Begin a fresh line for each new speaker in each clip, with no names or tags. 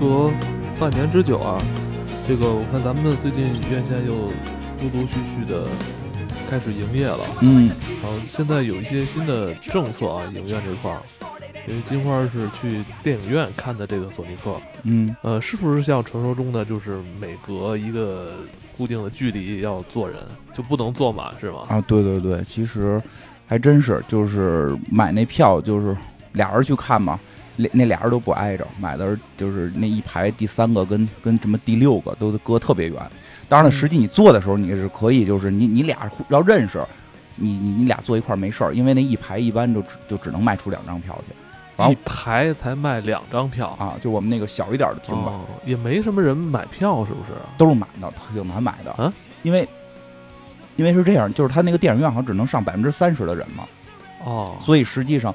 隔半年之久啊，这个我看咱们最近院线又陆陆续续的开始营业了，
嗯，
然后现在有一些新的政策啊，影院这块儿，因为金花是去电影院看的这个《索尼克》，
嗯，
呃，是不是像传说中的，就是每隔一个固定的距离要坐人，就不能坐满是吗？
啊，对对对，其实还真是，就是买那票就是俩人去看嘛，那那俩人都不挨着，买的是就是那一排第三个跟跟什么第六个都隔特别远。当然了，
嗯
实际你坐的时候你是可以，就是你你俩互要认识，你你你俩坐一块儿没事儿，因为那一排一般就只就只能卖出两张票去啊
一排才卖两张票，
啊，就我们那个小一点的厅吧，
哦，也没什么人买票，是不是？
都是满的，挺难买的，
啊
因为因为是这样，就是他那个电影院好像只能上百分之三十的人嘛。
哦，
所以实际上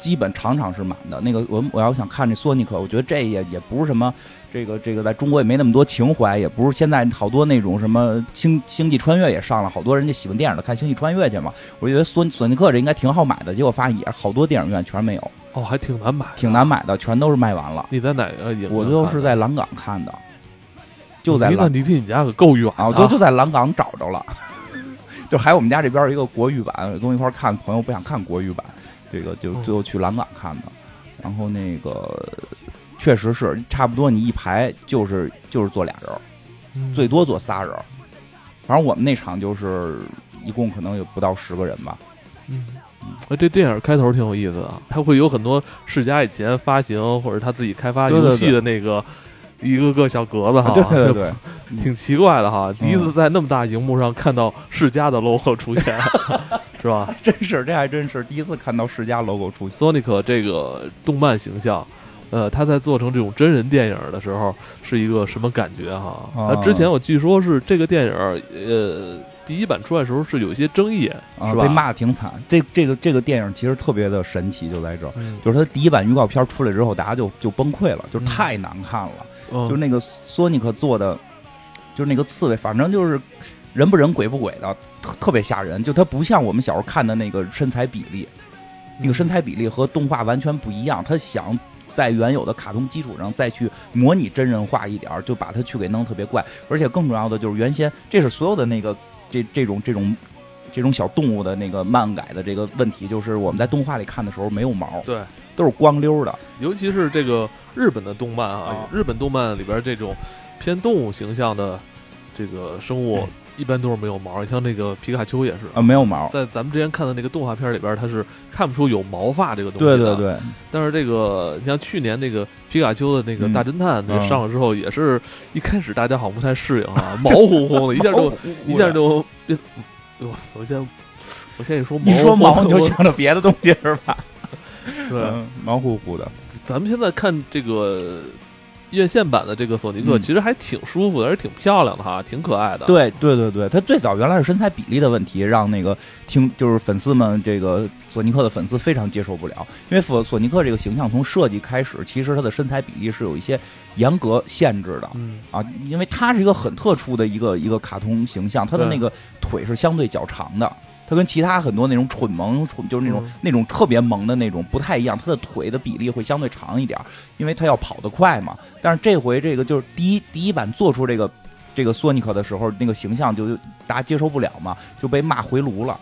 基本场场是满的。那个我我要想看这索尼克，我觉得这也也不是什么。这个这个在中国也没那么多情怀，也不是现在好多那种什么星星际穿越也上了，好多人家喜欢电影的看星际穿越去嘛。我觉得索索尼克这应该挺好买的，结果发现也好多电影院全没有，
哦，还挺难买，
挺难。买的，全都是卖完了。
你在哪啊个影院看的？
我就是在蓝港看的，就在
离
蓝
那离你们家可够远
啊，我就就在蓝港找着了， 就还有我们家这边有一个国语版，跟我一块儿看，朋友不想看国语版，这个就
嗯
最后去蓝港看的，然后那个确实是差不多，你一排就是就是坐俩人儿，
嗯
最多坐仨人儿，反正我们那场就是一共可能有不到十个人吧，
嗯，哎这电影开头挺有意思的，它会有很多世嘉以前发行或者他自己开发
对对啊
游戏的那个一个个小格子哈，
对对嗯 对，
挺奇怪的哈。第一次在那么大荧幕上看到世嘉的 logo 出现， 是吧
真是这还真是第一次看到世嘉 logo 出现，
？Sonic 这个动漫形象。呃，他在做成这种真人电影的时候是一个什么感觉哈？
啊
呃之前我据说是这个电影，呃，第一版出来的时候是有一些争议，
啊，
是吧
被骂的挺惨。这这个这个电影其实特别的神奇，就在这儿。
嗯
就是它第一版预告片出来之后，大家就就崩溃了，就是
嗯
太难看了。
嗯
就是那个索尼克做的，就是那个刺猬，反正就是人不人鬼不鬼的，特特别吓人。就它不像我们小时候看的那个身材比例，那个身材比例和动画完全不一样。他想在原有的卡通基础上再去模拟真人化一点儿，就把它去给弄特别怪。而且更重要的就是原先这是所有的那个这这种这种。这种小动物的那个漫改的这个问题，就是我们在动画里看的时候没有毛，
对，
都是光溜的。
尤其是这个日本的动漫啊
啊，
日本动漫里边这种偏动物形象的这个生物
嗯，
一般都是没有毛，像那个皮卡丘也是。
啊，没有毛。
在咱们之前看的那个动画片里边，它是看不出有毛发这个东西
对
的。
对。对，
但是这个，你像去年那个皮卡丘的那个
嗯
大侦探那
嗯
上了之后，也是一开始大家好像不太适应 啊，毛乎乎的，一下
毛
就
乎乎
一下
的
就变。我我先我先一说毛，
一说毛
我
你就想着别的东西是吧？
对，
嗯，毛乎乎的。
咱们现在看这个院线版的这个索尼克，
嗯
其实还挺舒服的，而且挺漂亮的哈，挺可爱的。，
对对对对，他最早原来是身材比例的问题，让那个听就是粉丝们这个索尼克的粉丝非常接受不了，因为索索尼克这个形象从设计开始，其实他的身材比例是有一些严格限制的。
嗯，
啊，因为他是一个很特殊的一个一个卡通形象，他的
对
那个腿是相对较长的，他跟其他很多那种蠢萌蠢就是那种、
嗯
那种特别萌的那种不太一样，他的腿的比例会相对长一点儿，因为他要跑得快嘛。但是这回这个就是第一第一版做出这个这个索尼克的时候，那个形象就就大家接受不了嘛，就被骂回炉了。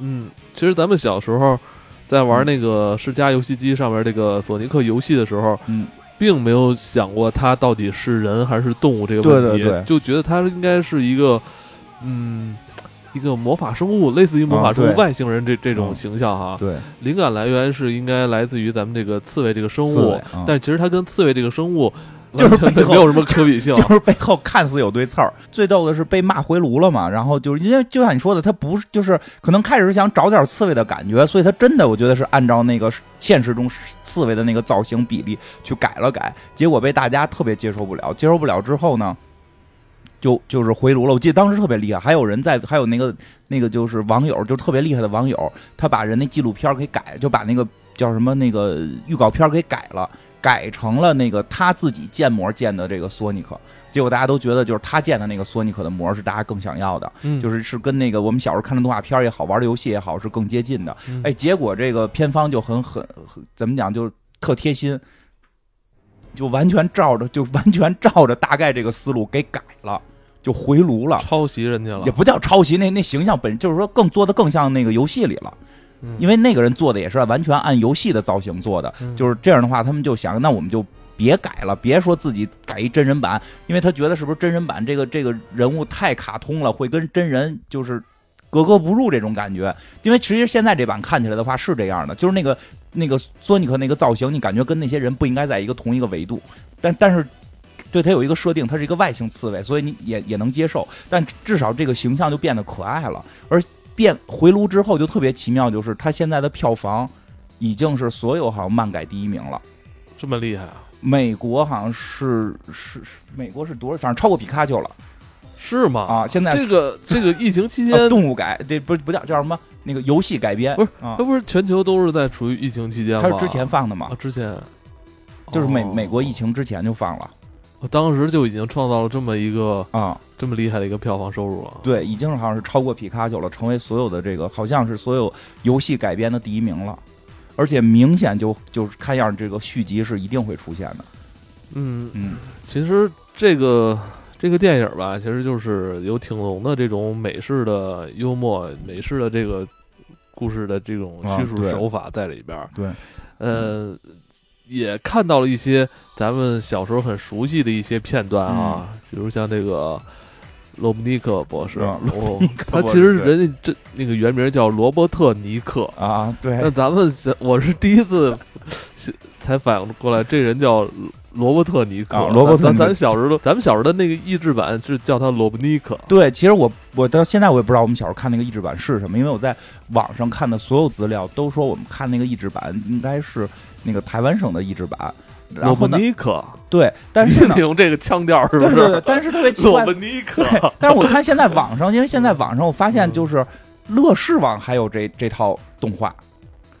嗯，其实咱们小时候在
嗯
玩那个世嘉游戏机上面这个索尼克游戏的时候，
嗯，
并没有想过它到底是人还是动物这个问题，
对对对
就觉得它应该是一个，嗯。一个魔法生物，类似于魔
啊
法生物、
对
外星人这这种
嗯
形象哈，
对，
灵感来源是应该来自于咱们这个刺猬这个生
刺猬
物，
嗯
但其实它跟刺猬这个生物
就是
完
背
全
后
没有什么可比性。
就是背后看似有堆刺儿。最逗的是被骂回炉了嘛，然后就是因为就像你说的，他不是就是可能开始是想找点刺猬的感觉，所以他真的我觉得是按照那个现实中刺猬的那个造型比例去改了改，结果被大家特别接受不了，接受不了之后呢。就就是回炉了，我记得当时特别厉害，还有人在，还有那个那个就是网友，就特别厉害的网友，他把人那纪录片儿给改，就把那个叫什么那个预告片儿给改了，改成了那个他自己建模建的这个索尼克，结果大家都觉得就是他建的那个索尼克的模是大家更想要的，
嗯
就是是跟那个我们小时候看的动画片儿也好，玩的游戏也好是更接近的
嗯。
哎，结果这个片方就很很很怎么讲，就是特贴心。就完全照着，就完全照着大概这个思路给改了， 就回炉了，
抄袭人家了
也，不叫抄袭，那那形象本就是说更做的更像那个游戏里了，
嗯
因为那个人做的也是完全按游戏的造型做的，
嗯
就是这样的话，他们就想，那我们就别改了，别说自己改一真人版，因为他觉得是不是真人版这个这个人物太卡通了，会跟真人就是格格不入这种感觉。因为其实现在这版看起来的话是这样的，就是那个那个索尼克那个造型，你感觉跟那些人不应该在一个同一个维度，但但是。对他有一个设定，他是一个外星刺猬，所以你也也能接受，但至少这个形象就变得可爱了。而变回炉之后就特别奇妙，就是他现在的票房已经是所有好像漫改第一名了。
这么厉害啊？
美国好像是是是美国是多少？反正超过皮卡丘了
是吗？
啊！现在
这个这个疫情期间
呃，动物改这不不叫叫什么那个游戏改编
不是
啊
它，不是全球都是在处于疫情期间吗？
它是之前放的嘛
啊，，之前
就是美
哦
美国疫情之前就放了
我当时就已经创造了这么一个
啊。
这么厉害的一个票房收入了。
对，已经好像是超过皮卡丘了，成为所有的这个好像是所有游戏改编的第一名了，而且明显就就是看样儿这个续集是一定会出现的。
嗯，
嗯，
其实这个这个电影吧，其实就是有挺浓的这种美式的幽默、美式的这个故事的这种叙
啊
述
对
手法在里边。儿。
对，
呃，也看到了一些咱们小时候很熟悉的一些片段啊，
嗯
比如像这个。罗布尼克博士，
啊
哦
克
他
博
其实
士对
人家这那个原名叫罗伯特尼克，
啊，对
那，咱们是我是第一次是才反应过来，这人叫罗伯特尼克。
啊罗伯特
咱
尼克
咱咱小时候，咱们小时候的那个译制版是叫他罗伯尼克。
对，其实我我到现在我也不知道我们小时候看那个译制版是什么，因为我在网上看的所有资料都说我们看那个译制版应该是那个台湾省的译制版，然
罗
后
伯
呢，
尼克，
对，但是呢
你，用这个腔调是
对
不
对对
是？，
但是特别奇
罗
怪
伯，尼克
对，但是我看现在网上，因为现在网上我发
嗯
现就是乐视网还有这这套动画，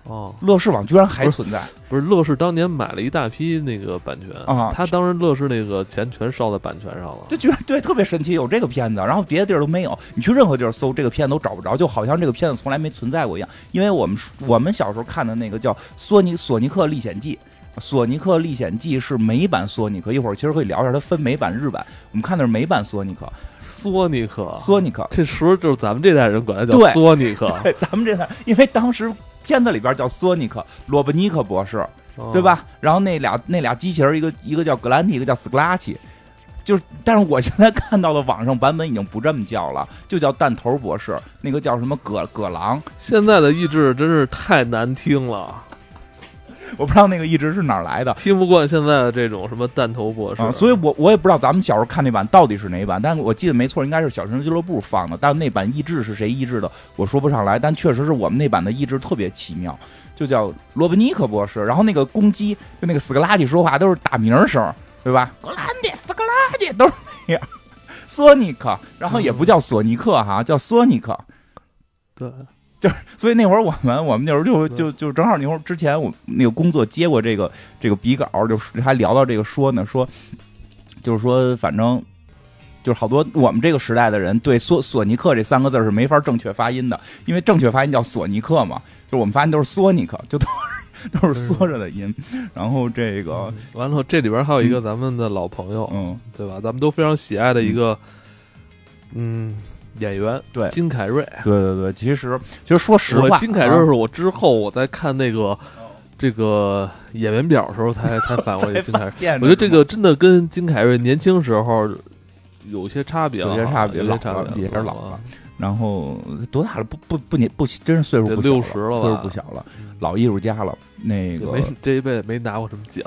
哦，
乐视网居然还存在，
不是乐视当年买了一大批那个版权
啊
他当时乐视那个钱全烧在版权上了。
就居然对特别神奇，有这个片子，然后别的地儿都没有。你去任何地儿搜这个片子都找不着，就好像这个片子从来没存在过一样。因为我们我们小时候看的那个叫《索尼索尼克历险记》，《索尼克历险记》是美版索尼克，一会儿其实可以聊一下，它分美版、日版。我们看的是美版索尼克，
索尼克，
索尼克。
这时候就是咱们这代人管他叫
对
索尼克，
对，咱们这台，因为当时片子里边叫索尼克，罗伯尼克博士，
哦
对？吧？然后那俩那俩机器人，一个一个叫格兰蒂，一个叫斯克拉奇，就是，但是我现在看到的网上版本已经不这么叫了，就叫弹头博士，那个叫什么葛葛狼，
现在的译制真是太难听了。
我不知道那个一直是哪儿来的。
听不惯现在的这种什么弹头博士，
啊、所以我我也不知道咱们小时候看那版到底是哪一版，但我记得没错，应该是《小神俱乐部》放的，但那版译制是谁译制的，我说不上来，但确实是我们那版的译制特别奇妙，就叫罗伯尼克博士，然后那个公鸡就那个斯克拉奇说话都是打鸣声，对吧？格兰迪、斯克拉奇都是那样，索尼克，然后也不叫索尼克哈，叫索尼克，
对，
所以那会儿我们我们那会儿就就就正好那会儿之前我那个工作接过这个这个笔稿，就是还聊到这个说呢，说就是说反正就是好多我们这个时代的人对索索尼克这三个字儿是没法正确发音的，因为正确发音叫索尼克嘛，就是我们发音都是索尼克，就都是都是缩着的音。然后这个
完了后这里边还有一个咱们的老朋友，
啊嗯
对吧？咱们都非常喜爱的一个，嗯，演员，
对
金凯瑞。
嗯对对对，其实其实说实
我
话，啊哦
金凯瑞是我之后我在看那个这个演员表的时候 才才反过来金凯瑞。
瑞
我觉得这个真的跟金凯瑞年轻时候有些差别啊，
有些差别
有
老
些
了
差别，
也是老
啊
了。然后多大了？不不不年不，真是岁数
得
不小
60了吧
岁数不小了，老艺术家了。那
嗯也
个
没这一辈子没拿过什么奖，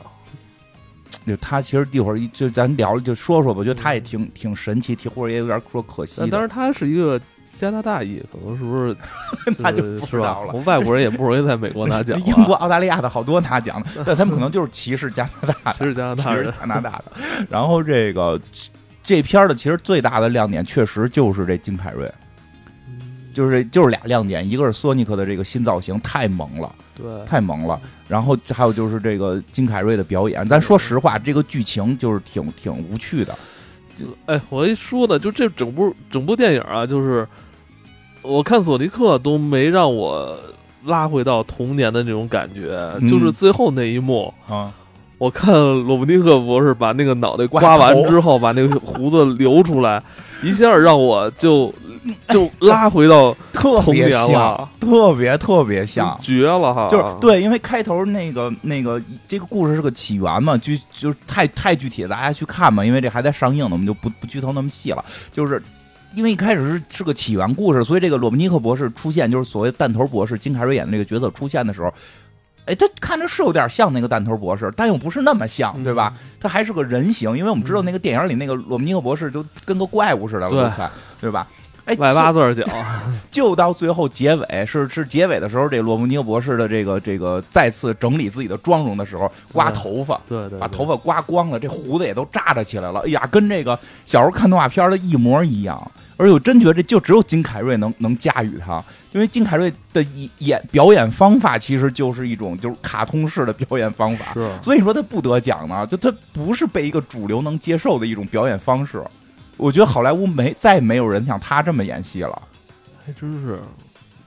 就他其实一会儿一就咱聊就说说吧，我觉得他也
嗯
挺挺神奇，挺或者也有点说可惜
但当
的。
然他是一个加拿大裔，可能是不是
那就是不
是
知
吧
道？了，
我们外国人也不容易在美国拿奖啊
英国、澳大利亚的好多拿奖的，但他们可能就是歧视加拿大的，
其实加拿
啊其
大
实
人，
加拿大的。然后这个这片儿的其实最大的亮点确实就是这金凯瑞，就是就是俩亮点，一个是索尼克的这个新造型太萌了。
对，
太萌了。然后还有就是这个金凯瑞的表演，咱说实话，这个剧情就是挺挺无趣的。
哎，我一说呢，就这整部整部电影啊，就是我看索尼克都没让我拉回到童年的那种感觉，
嗯
就是最后那一幕，
啊，
我看罗布尼克博士把那个脑袋刮完之后，把那个胡子留出来，一下让我就就拉回到
特
童
别
年
像
了，，嗯
特别特别像。
绝了哈！
就是对，因为开头那个那个这个故事是个起源嘛，就就是太太具体了，大家去看嘛，因为这还在上映呢，我们就不不剧透那么细了。就是因为一开始是是个起源故事，所以这个罗伯尼克博士出现，就是所谓弹头博士金凯瑞演的这个角色出现的时候，哎，他看着是有点像那个弹头博士，但又不是那么像，对吧？
嗯
他还是个人形，因为我们知道那个电影里那个罗伯尼克博士都跟个怪物似的了，
对
都快对吧？哎，
外八字儿脚，
就到最后结尾是是结尾的时候，这罗伯尼克博士的这个这个再次整理自己的妆容的时候，刮头发，
对嗯对，
把头
发
发刮光了，这胡子也都扎着起来了。哎呀，跟这个小时候看动画片的一模一样。而且我真觉得这就只有金凯瑞能能驾驭他，因为金凯瑞的演演表演方法其实就是一种就是卡通式的表演方法，
是
所以说他不得奖呢，就他不是被一个主流能接受的一种表演方式。我觉得好莱坞没再没有人像他这么演戏了。
还哎真是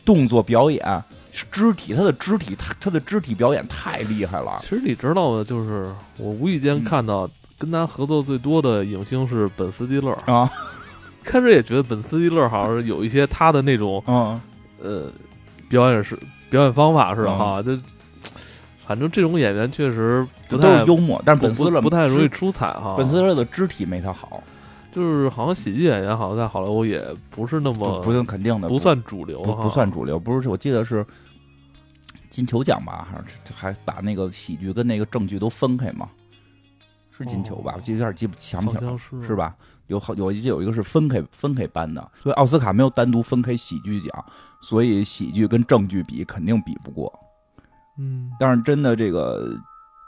动作表演、肢体，他的肢体，他他的肢体表演太厉害了
其。实你知道的，就是我无意间
嗯
看到跟他合作最多的影星是本·斯蒂勒儿，
啊，
开始也觉得本·斯蒂勒儿好像是有一些他的那种
嗯，
呃表演是表演方法似的
嗯
哈，就反正这种演员确实不
都是
太
幽默，但是
不
本斯勒
不不太容易啊
是
出彩哈。
本斯勒的肢体没他好，
就是好像喜剧演员好像在好莱坞也不是那么
不不是肯定的，
不算主流啊
不
哈，
不算主流，不是，我记得是金球奖吧，还是还把那个喜剧跟那个正剧都分开嘛，是金球吧？
哦
我记得有点记不想不
好
起来了
像，是
是？吧？有好有一届有一个是分开分开颁的，所以奥斯卡没有单独分开喜剧奖，所以喜剧跟正剧比肯定比不过。
嗯，
但是真的这个，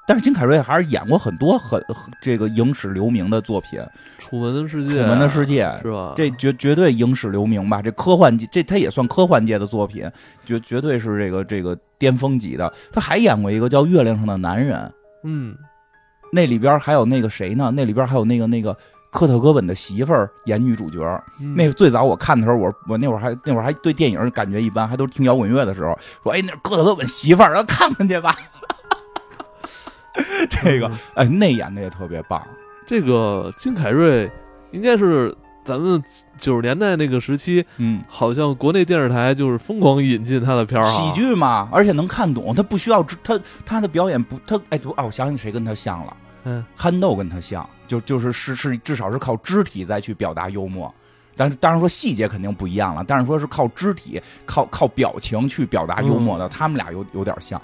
但是金凯瑞还是演过很多很很这个影史留名的作品，
楚门的世
《楚
界，啊
门的世界》
是吧？
这绝绝对影史留名吧？这科幻界，这他也算科幻界的作品，绝绝对是这个这个巅峰级的。他还演过一个叫《月亮上的男人》，
嗯，
那里边还有那个谁呢？那里边还有那个那个科特·戈本的媳妇儿演女主角。
嗯
那最早我看的时候，我我那会儿还那会儿还对电影感觉一般，还都是听摇滚乐的时候，说哎，那是哥特哥本媳妇儿，咱看看去吧。 这个
嗯
哎，那演的也特别棒，
这个金凯瑞应该是咱们九十年代那个时期，
嗯，
好像国内电视台就是疯狂引进他的片儿哈
喜剧嘛，而且能看懂，他不需要知他他的表演不他哎，啊，我想起谁跟他像了，
嗯，
憨豆跟他像，就就是是是至少是靠肢体再去表达幽默。但是当然说细节肯定不一样了，但是说是靠肢体、靠靠表情去表达幽
嗯
默的，他们俩有有点像。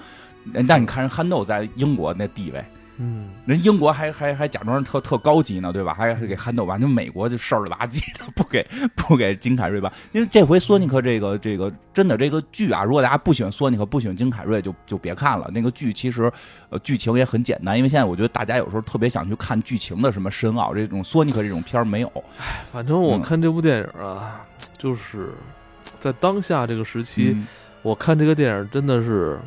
但你看人憨豆在英国那地位，
嗯，
人英国还还还假装特特高级呢，对吧？还还给憨豆吧，就美国就事儿了吧唧的，不给不给金凯瑞吧。因为这回索尼克这个这个真的这个剧啊，如果大家不喜欢索尼克，不喜欢金凯瑞，就就别看了。那个剧其实呃剧情也很简单，因为现在我觉得大家有时候特别想去看剧情的什么深奥，这种索尼克这种片儿没有。
反正我
嗯
看这部电影啊，就是在当下这个时期，
嗯
我看这个电影真的是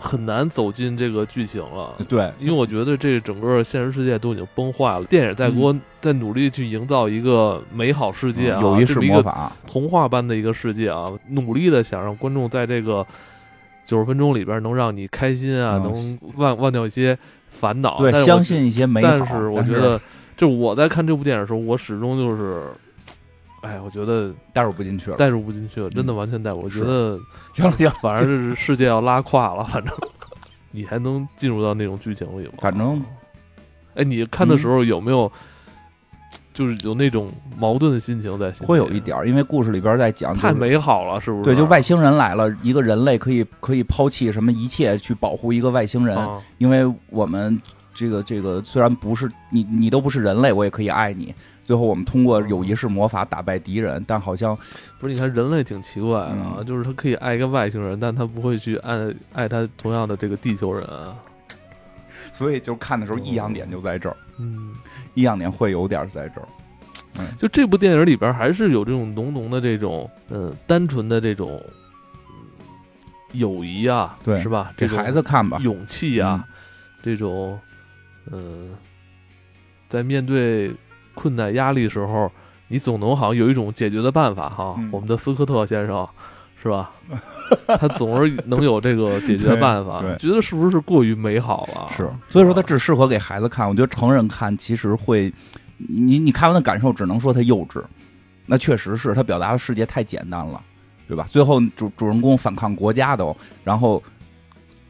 很难走进这个剧情了。
嗯对，
因为我觉得这整个现实世界都已经崩坏了，电影在给我在努力去营造一个美好世界啊，
嗯有一
这
是
么一
魔
个
法，
童话般的一个世界啊，努力的想让观众在这个九十分钟里边能让你开心啊，
嗯
能忘忘掉一些烦恼。但
对，
是我
相。信一些美好。
但是我觉得，就是我在看这部电影的时候，我始终就是，哎，我觉得
带入不进去了。
代入不进去了，真的完全代入。我
嗯是
觉得
行了行了，
反而是世界要拉胯了，反正 你还能进入到那种剧情里吗？
反正嗯
哎，你看的时候有没有就是有那种矛盾的心情在心里？
会有一点儿，因为故事里边在讲就是
太美好了，是不是？
对，就外星人来了，一个人类可以可以抛弃什么一切去保护一个外星人，
啊，
因为我们这个这个虽然不是你你都不是人类，我也可以爱你。最后我们通过有一式魔法打败敌人，但好像
不是？你看人类挺奇怪的啊，
嗯
就是他可以爱一个外星人，但他不会去爱爱他同样的这个地球人啊。
所以就看的
哦
时候异样点就在这儿，
嗯，
异样点会有点在这儿。
就这部电影里边还是有这种浓浓的这种嗯单纯的这种嗯友谊啊，
对
是吧？
给
这种
孩子看吧，
勇气啊，这种，嗯、在面对困难压力时候，你总能好像有一种解决的办法哈。
嗯
我们的斯科特先生是吧？ 他总是能有这个解决办法
对对，
觉得是不是过于美好了？
是，所以说它只适合给孩子看，我觉得成人看其实会，你你看完的感受只能说他幼稚，那确实是他表达的世界太简单了，对吧？最后主主人公反抗国家都，然后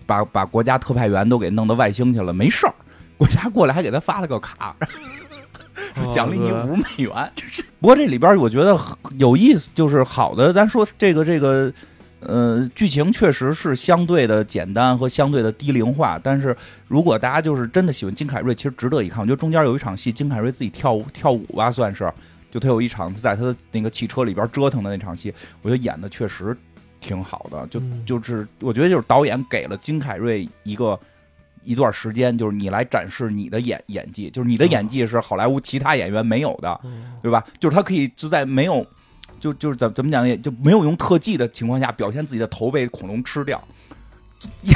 把把国家特派员都给弄到外星去了，没事儿，国家过来还给他发了个卡，
啊
奖励你
对
五美元。就是，哦不过这里边我觉得很有意思，就是好的，咱说这个这个，呃，剧情确实是相对的简单和相对的低龄化。但是如果大家就是真的喜欢金凯瑞，其实值得一看。我觉得中间有一场戏，金凯瑞自己跳舞跳舞吧，算是，就他有一场在他的那个汽车里边折腾的那场戏，我觉得演的确实挺好的，就
嗯
就是我觉得就是导演给了金凯瑞一个一段时间，就是你来展示你的演演技，就是你的演技是好莱坞其他演员没有的，
嗯
对吧？就是他可以就在没有。就就是怎怎么讲也就没有用特技的情况下表现自己的头被恐龙吃掉，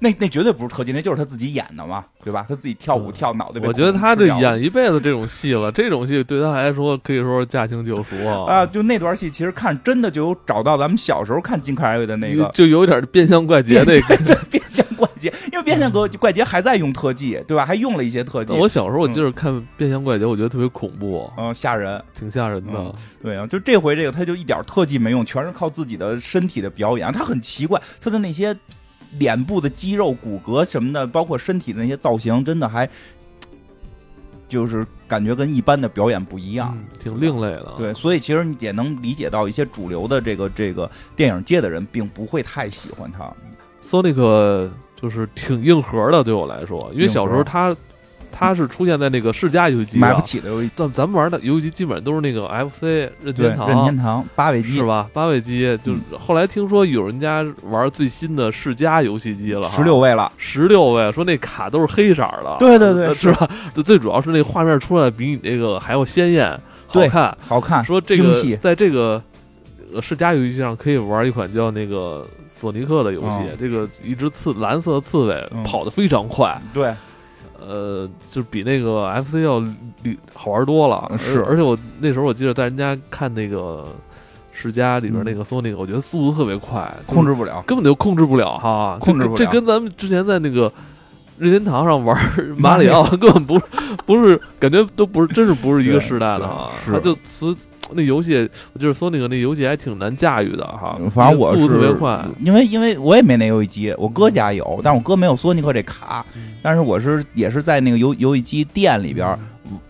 那那绝对不是特技，那就是他自己演的嘛，对吧？他自己跳舞
嗯
跳脑袋被
我
恐龙吃
觉
掉了。
得他这演一辈子这种戏了，这种戏对他来说可以说是驾轻就熟
啊，就那段戏其实看真的就有找到咱们小时候看金凯瑞的那个
就有点变相怪杰那 个。
对变相怪杰，因为变相怪怪杰还在用特技，对吧？还用了一些特技，
我小时候我记得看《变相怪杰》，我觉得特别恐怖，
嗯，吓人。
挺吓人的
嗯。对啊，就这回这个他就一点特技没用，全是靠自己的身体的表演。他很奇怪，他的那些脸部的肌肉、骨骼什么的，包括身体的那些造型，真的还就是感觉跟一般的表演不一样。
嗯，挺另类的。
对，所以其实你也能理解到一些主流的这个这个电影界的人并不会太喜欢他。
，Sonic 就是挺硬核的，对我来说，因为小时候
硬核
他他是出现在那个世嘉游戏机
买不
上，
起的有一
但咱们玩的游戏机基本上都是那个 FC 任
对
天
任
堂。
天堂八位机嗯
是吧？八位机就是后来听说有人家玩最新的世嘉游戏机了哈，
十六位了。
十六位，说那卡都是黑色儿的，
对对对
呃是吧？就最主要是那画面出来比你那个还要鲜艳，好
对
看。
好看，
说这
精
个
细
在这个呃世嘉游戏机上可以玩一款叫那个索尼克的游戏，
嗯
这个一只刺蓝色刺猬、
嗯
跑得非常快，
对，
呃，就比那个 FC 要里好玩多了。而
嗯是
而且我那时候我记得在人家看那个世嘉里边那个 Sonic，、我觉得速度特别快，就是
嗯控制不了。
根本就控制不了哈，
啊控制不了
这这跟咱们之前在那个任天堂上玩 儿马里奥根本不不是，感觉都不是，真是不是一个时代的哈。
对
它
对是
就所以那游戏，就是 Sonic 那游戏还挺难驾驭的哈。
嗯反正我
速
是
度特别快，
因为因为我也没那游戏机，我哥家有，但我哥没有索尼克这卡
嗯，
但是我是也是在那个游游戏机店里边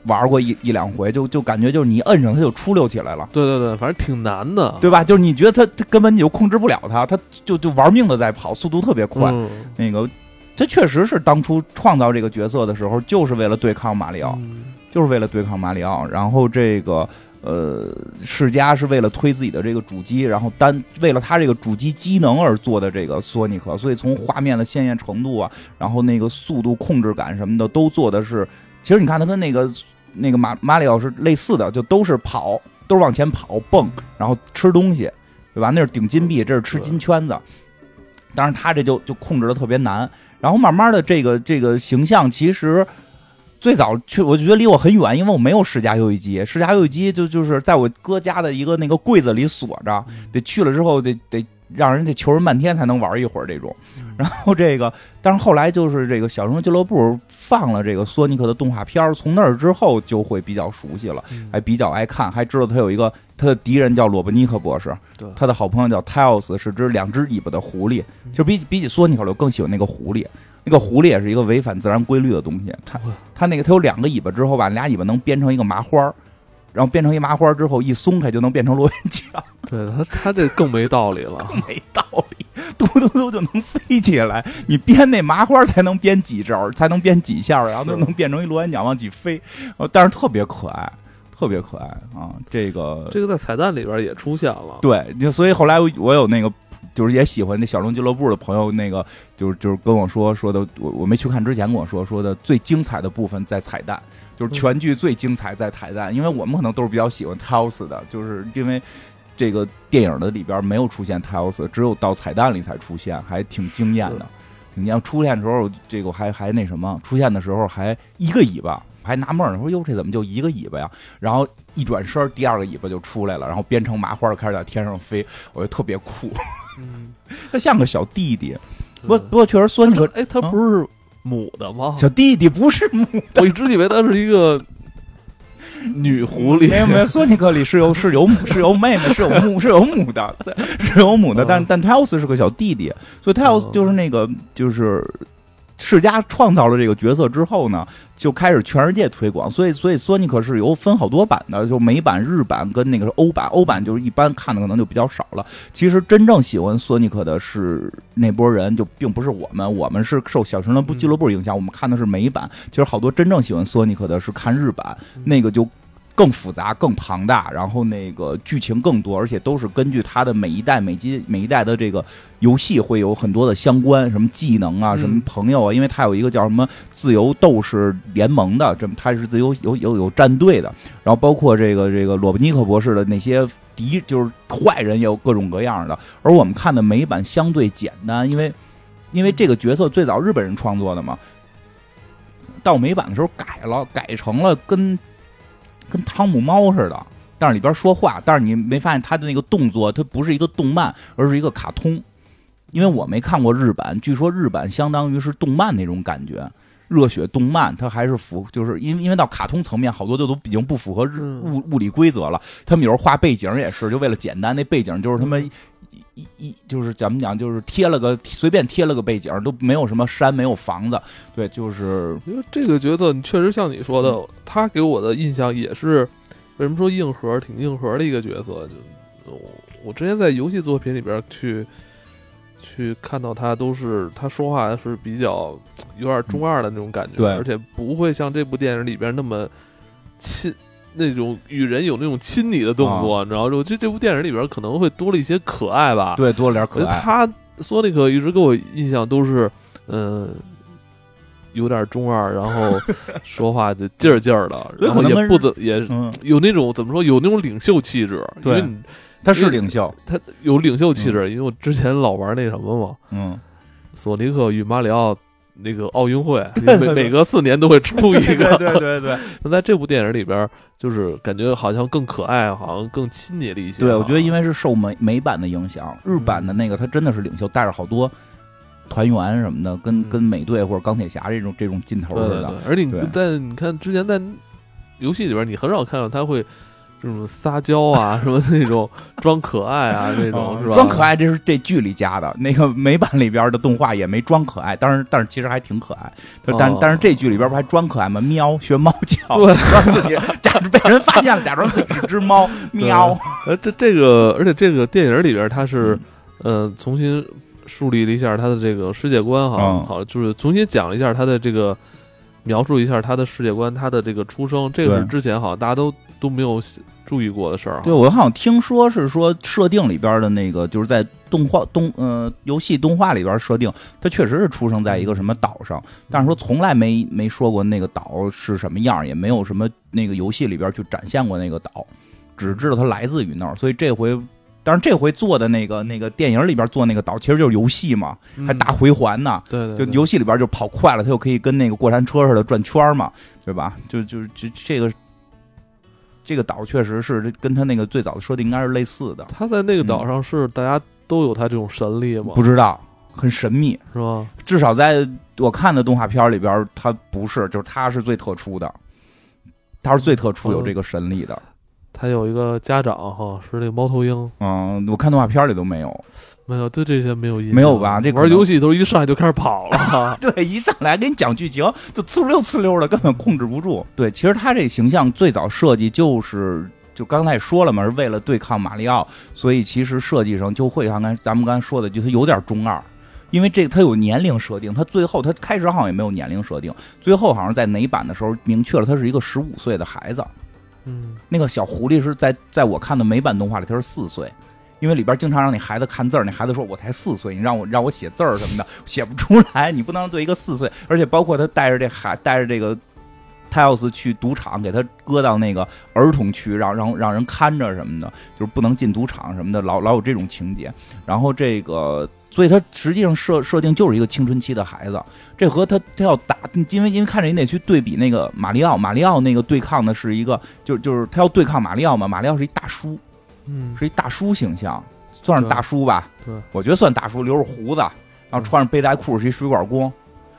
玩过一一两回，就就感觉就是你摁上它就出溜起来了。
对对对，反正挺难的。
对吧？就是你觉得它它根本你就控制不了它，它就就玩命的在跑，速度特别快。
嗯，
那个，这确实是当初创造这个角色的时候，就是为了对抗马里奥。
嗯
就是为了对抗马里奥。然后这个呃，世嘉是为了推自己的这个主机，然后单为了它这个主机机能而做的这个索尼克，所以从画面的鲜艳程度啊，然后那个速度控制感什么的都做的是，其实你看它跟那个那个马马里奥是类似的，就都是跑，都是往前跑蹦，然后吃东西，对吧？那是顶金币，这是吃金圈子。当然，他这就就控制的特别难。然后慢慢的，这个这个形象其实最早去，我就觉得离我很远，因为我没有世嘉游戏机。世嘉游戏机就就是在我哥家的一个那个柜子里锁着，得去了之后得得让人得求人半天才能玩一会儿这种。然后这个，但是后来就是这个小熊俱乐部放了这个索尼克的动画片儿，从那儿之后就会比较熟悉了，还比较爱看，还知道他有一个他的敌人叫罗伯尼克博士
对，
他的好朋友叫泰奥斯，是只两只尾巴的狐狸。其实比比起索尼克，我更喜欢那个狐狸。那个狐狸也是一个违反自然规律的东西，它它那个它有两个尾巴之后吧，俩尾巴能编成一个麻花儿，然后编成一麻花儿之后一松开就能变成螺旋桨，
对他他这更没道理 了。
没道理，嘟嘟嘟就能飞起来。你编那麻花儿才能编几招儿，才能编几下儿，然后就是能变成一螺旋桨往起飞，呃但是特别可爱，特别可爱啊！这个
这个在彩蛋里边也出现了，
对，就所以后来我有那个，就是也喜欢那小龙俱乐部的朋友，那个就是就是跟我说说的，我我没去看之前跟我说说的最精彩的部分在彩蛋，就是全剧最精彩在彩蛋，因为我们可能都是比较喜欢 t i l s 的，就是因为这个电影的里边没有出现 t i l s 只有到彩蛋里才出现，还挺惊艳的
是。
你要出现的时候，这个我还还那什么，出现的时候还一个尾巴，还纳闷儿呢，说哟这怎么就一个尾巴呀？然后一转身，第二个尾巴就出来了，然后编成麻花开始在天上飞，我觉得特别酷，
嗯，
它像个小弟弟。不过
对
不过确实酸
它
可
哎，它不是母的吗？
小弟弟不是母
我一直以为它是一个女狐狸。
没有没有，索尼克里是有 是有母是有妹妹是有母是有母的，对是有母的，但
嗯
但泰奥斯是个小弟弟，所以泰奥斯
嗯
就是那个就是。世嘉创造了这个角色之后呢，就开始全世界推广，所以所以索尼克是有分好多版的，就美版、日版跟那个欧版，欧版就是一般看的可能就比较少了。其实真正喜欢索尼克的是那波人，就并不是我们，我们是受小熊人部
嗯
俱乐部影响，我们看的是美版。其实好多真正喜欢索尼克的是看日版，
嗯
那个就更复杂、更庞大，然后那个剧情更多，而且都是根据它的每一代、每季、每一代的这个游戏会有很多的相关，什么技能啊，
嗯
什么朋友啊，因为它有一个叫什么自由斗士联盟的，这么它是自由有有有战队的，然后包括这个这个罗伯尼克博士的那些。敌就是坏人，也有各种各样的。而我们看的美版相对简单，因为因为这个角色最早日本人创作的嘛，到美版的时候改了，改成了跟跟汤姆猫似的，但是里边说话，但是你没发现他的那个动作，它不是一个动漫，而是一个卡通。因为我没看过日版，据说日版相当于是动漫那种感觉，热血动漫，它还是符，就是因为因为到卡通层面，好多就都已经不符合日
嗯
物物理规则了。他们有时候画背景也是，就为了简单，那背景就是他妈一一一就是怎么讲，就是贴了个随便贴了个背景，都没有什么山，没有房子，对，就是
因为这个角色，你确实像你说
嗯
的，他给我的印象也是，为什么说硬核，挺硬核的一个角色。就我我之前在游戏作品里边去去看到他，都是他说话是比较有点中二的那种感觉，
嗯对
而且不会像这部电影里边那么亲。那种与人有那种亲昵的动作，你知道就这这部电影里边可能会多了一些可爱吧。
啊对多了点
啊我觉得
可爱。
他索尼克一直给我印象都是，嗯、有点中二，然 后说话就劲儿劲儿的，
有
然
可
后
能
也
跟
不怎也
嗯，
有那种怎么说，有那种领袖气质，因
对嗯
为你
他是领袖，
他有领袖气质，因为我之前老玩那什么嘛，
嗯，
索尼克与马里奥。那个奥运会，
对对
每每隔四年都会出一个。
对 对对，
那在这部电影里边，就是感觉好像更可爱，好像更亲昵了一些。啊
对，我觉得因
为
为是受美美版的影响，日版的那个他真的是领袖，带着好多团员什么的，跟
嗯
跟美队或者钢铁侠这种这种劲头
对
似
对
的
对，，而且你
对
在你看之前在游戏里边，你很少看到他会这种撒娇 啊，什么那种装可爱啊，那种、是吧？
哦装可，爱这是这剧里加的，那个美版里边的动画也没装可爱，但是但是其实还挺可爱，但但
哦
但是这剧里边不还装可爱吗？喵，学猫 叫，
对
假装自己假装被人发现了，假装自己是只猫，喵，
呃，这这个，而且这个电影里边，他是嗯、
嗯
呃重新树立了一下他的这个世界观哈，
嗯
好，就是重新讲了一下他的这个描述一下他的世界观，他的这个出生，这个是
对
之前好像大家都都没有注意过的事儿哈。
对，我好像听说是说设定里边的那个，就是在动画动呃游戏动画里边设定，它确实是出生在一个什么岛上，但是说从来没没说过那个岛是什么样，也没有什么那个游戏里边去展现过那个岛，只知道它来自于那儿，所以这回。但是这回做的那个那个电影里边做那个岛，其实就是游戏嘛，
嗯，
还打回环呢。
对对
就
对，
游戏里边就跑快了，它就可以跟那个过山车似的转圈嘛，对吧？就就就这个这个岛确实是跟它那个最早的设定应该是类似的，
他在那个岛上是大家都有他这种神力吗？
嗯不知道很神秘，
是吧？
至少在我看的动画片里边，它不是，就是它是最特殊的，它是最特殊
嗯
有这个神力的。
他有一个家长哈，是那个猫头鹰，
嗯，我看动画片里都没有。
没有对这些没有印象，
没有吧这可
玩
能，
游戏都是一上来就开始跑了
对，一上来给你讲剧情，就呲溜呲溜的，根本控制不住。对，其实他这形象最早设计就是。就刚才也说了嘛，是为了对抗马里奥，所以其实设计上就会像刚才咱们刚才说的，就他有点中二，因为这个他有年龄设定，他最后他开始好像也没有年龄设定，最后好像在哪版的时候明确了他是一个十五岁的孩子，
嗯，
那个小狐狸是在在我看的美版动画里，它是四岁，因为里边经常让那孩子看字儿，那孩子说我才四岁，你让我让我写字儿什么的，写不出来，你不能对一个四岁，而且包括他带着这孩带着这个。泰奥斯去赌场，给他搁到那个儿童区，让让让人看着什么的，就是不能进赌场什么的，老老有这种情节。然后这个所以他实际上设设定就是一个青春期的孩子。这和他他要打，因为因为看着你得去对比那个马里奥，马里奥那个对抗的是一个，就就是他要对抗马里奥嘛，马里奥是一大叔，
嗯，
是一大叔形象，算是大叔吧？
对嗯对
我觉得算大叔，留着胡子，然后穿着背带裤，是一水管工。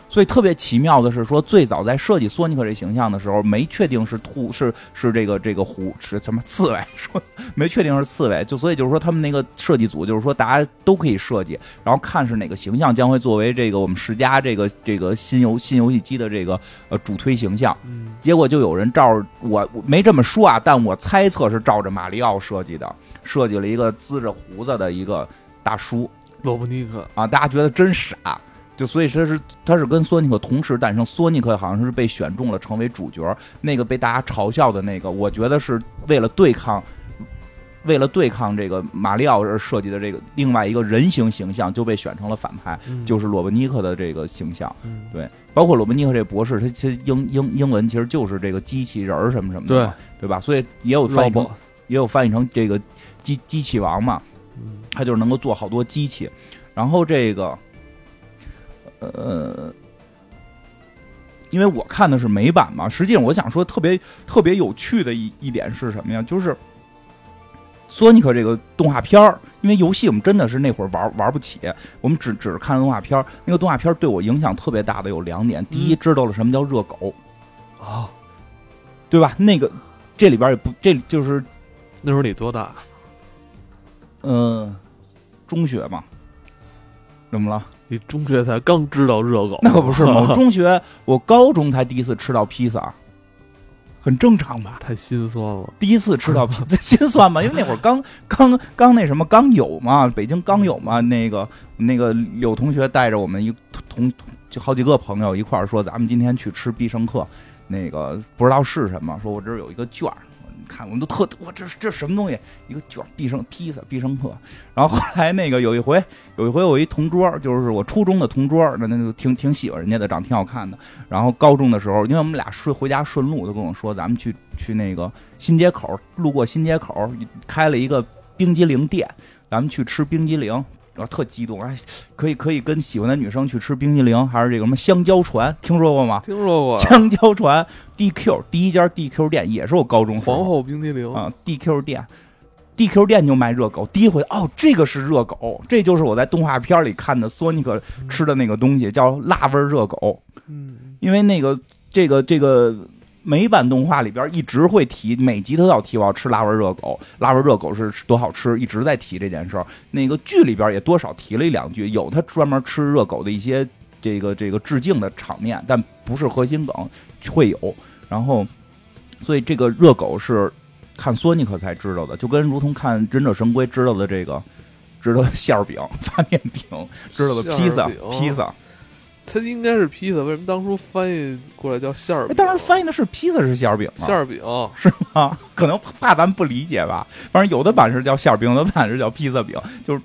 所以特别奇妙的是，说最早在设计索尼克这形象的时候，没确定是兔是是这个这个狐是什么刺猬，说没确定是刺猬，就所以就是说他们那个设计组就是说大家都可以设计，然后看是哪个形象将会作为这个我们世嘉这个这个新游新游戏机的这个呃主推形象。
嗯
结果就有人照着我我没这么说啊，但我猜测是照着马里奥设计的，设计了一个滋着胡子的一个大叔
罗伯尼克，
啊，大家觉得真傻。就所以他是他是跟索尼克同时诞生，索尼克好像是被选中了成为主角，那个被大家嘲笑的那个，我觉得是为了对抗，为了对抗这个马里奥而设计的这个另外一个人形形象就被选成了反派，
嗯
就是罗伯尼克的这个形象。
嗯
对包括罗伯尼克这博士，他其实英英英文其实就是这个机器人儿什么什么的
对
嘛，对吧？所以也有翻译成
robot，
也有翻译成这个机机器王嘛，
嗯
他就是能够做好多机器。然后这个，呃，因为我看的是美版嘛，实际上我想说特别特别有趣的一一点是什么呀？就是。索尼克这个动画片儿，因为游戏我们真的是那会儿玩玩不起，我们只只是看动画片儿。那个动画片儿对我影响特别大的有两点：第一，知道了什么叫热狗，
啊，
对吧？那个这里边也不，这就是
那时候你多大？
呃中学嘛，怎么了？
你中学才刚知道热狗，
那可不是 吗？我中学，我高中才第一次吃到披萨，很正常吧？
太心酸了。
第一次吃到披萨， 心酸吧？因为那会儿刚刚刚那什么，刚有嘛，北京刚有嘛。那个那个有同学带着我们一同就好几个朋友一块儿说，咱们今天去吃必胜客，那个不知道是什么，说我这儿有一个券儿。你看，我们都特我这这什么东西？一个卷儿必胜披萨必胜客。然后后来那个有一回，有一回我一同桌，就是我初中的同桌，那那就挺挺喜欢人家的，长挺好看的。然后高中的时候，因为我们俩顺回家顺路，就跟我说咱们去去那个新街口，路过新街口开了一个冰激凌店，咱们去吃冰激凌。然后特激动，哎，可以可以跟喜欢的女生去吃冰激凌，还是这个什么香蕉船，听说过吗？
听说 过
香蕉船 DQ 第一家 DQ 店也是我高中时候
皇后冰激凌，
啊 DQ 店，DQ 店就卖热狗。第一回哦，这个是热狗，这就是我在动画片里看的索尼克吃的那个东西，叫辣味儿热狗。
嗯，
因为那个这个这个美版动画里边一直会提，每集都要提我要吃辣味热狗，辣味热狗是多好吃，一直在提这件事儿。那个剧里边也多少提了一两句，有他专门吃热狗的一些这个这个致敬的场面，但不是核心梗，会有。然后，所以这个热狗是看索尼克才知道的，就跟如同看忍者神龟知道的这个。知道的馅儿饼、发面饼，知道的披
馅
萨
儿饼、
披萨，
它应该是披萨，为什么当初翻译过来叫馅儿
哎
饼？
当时翻译的是披萨是馅儿饼吗？
馅儿饼，
啊，可能怕咱们不理解吧。反正有的版是叫馅儿饼，有的版是叫披萨饼。就是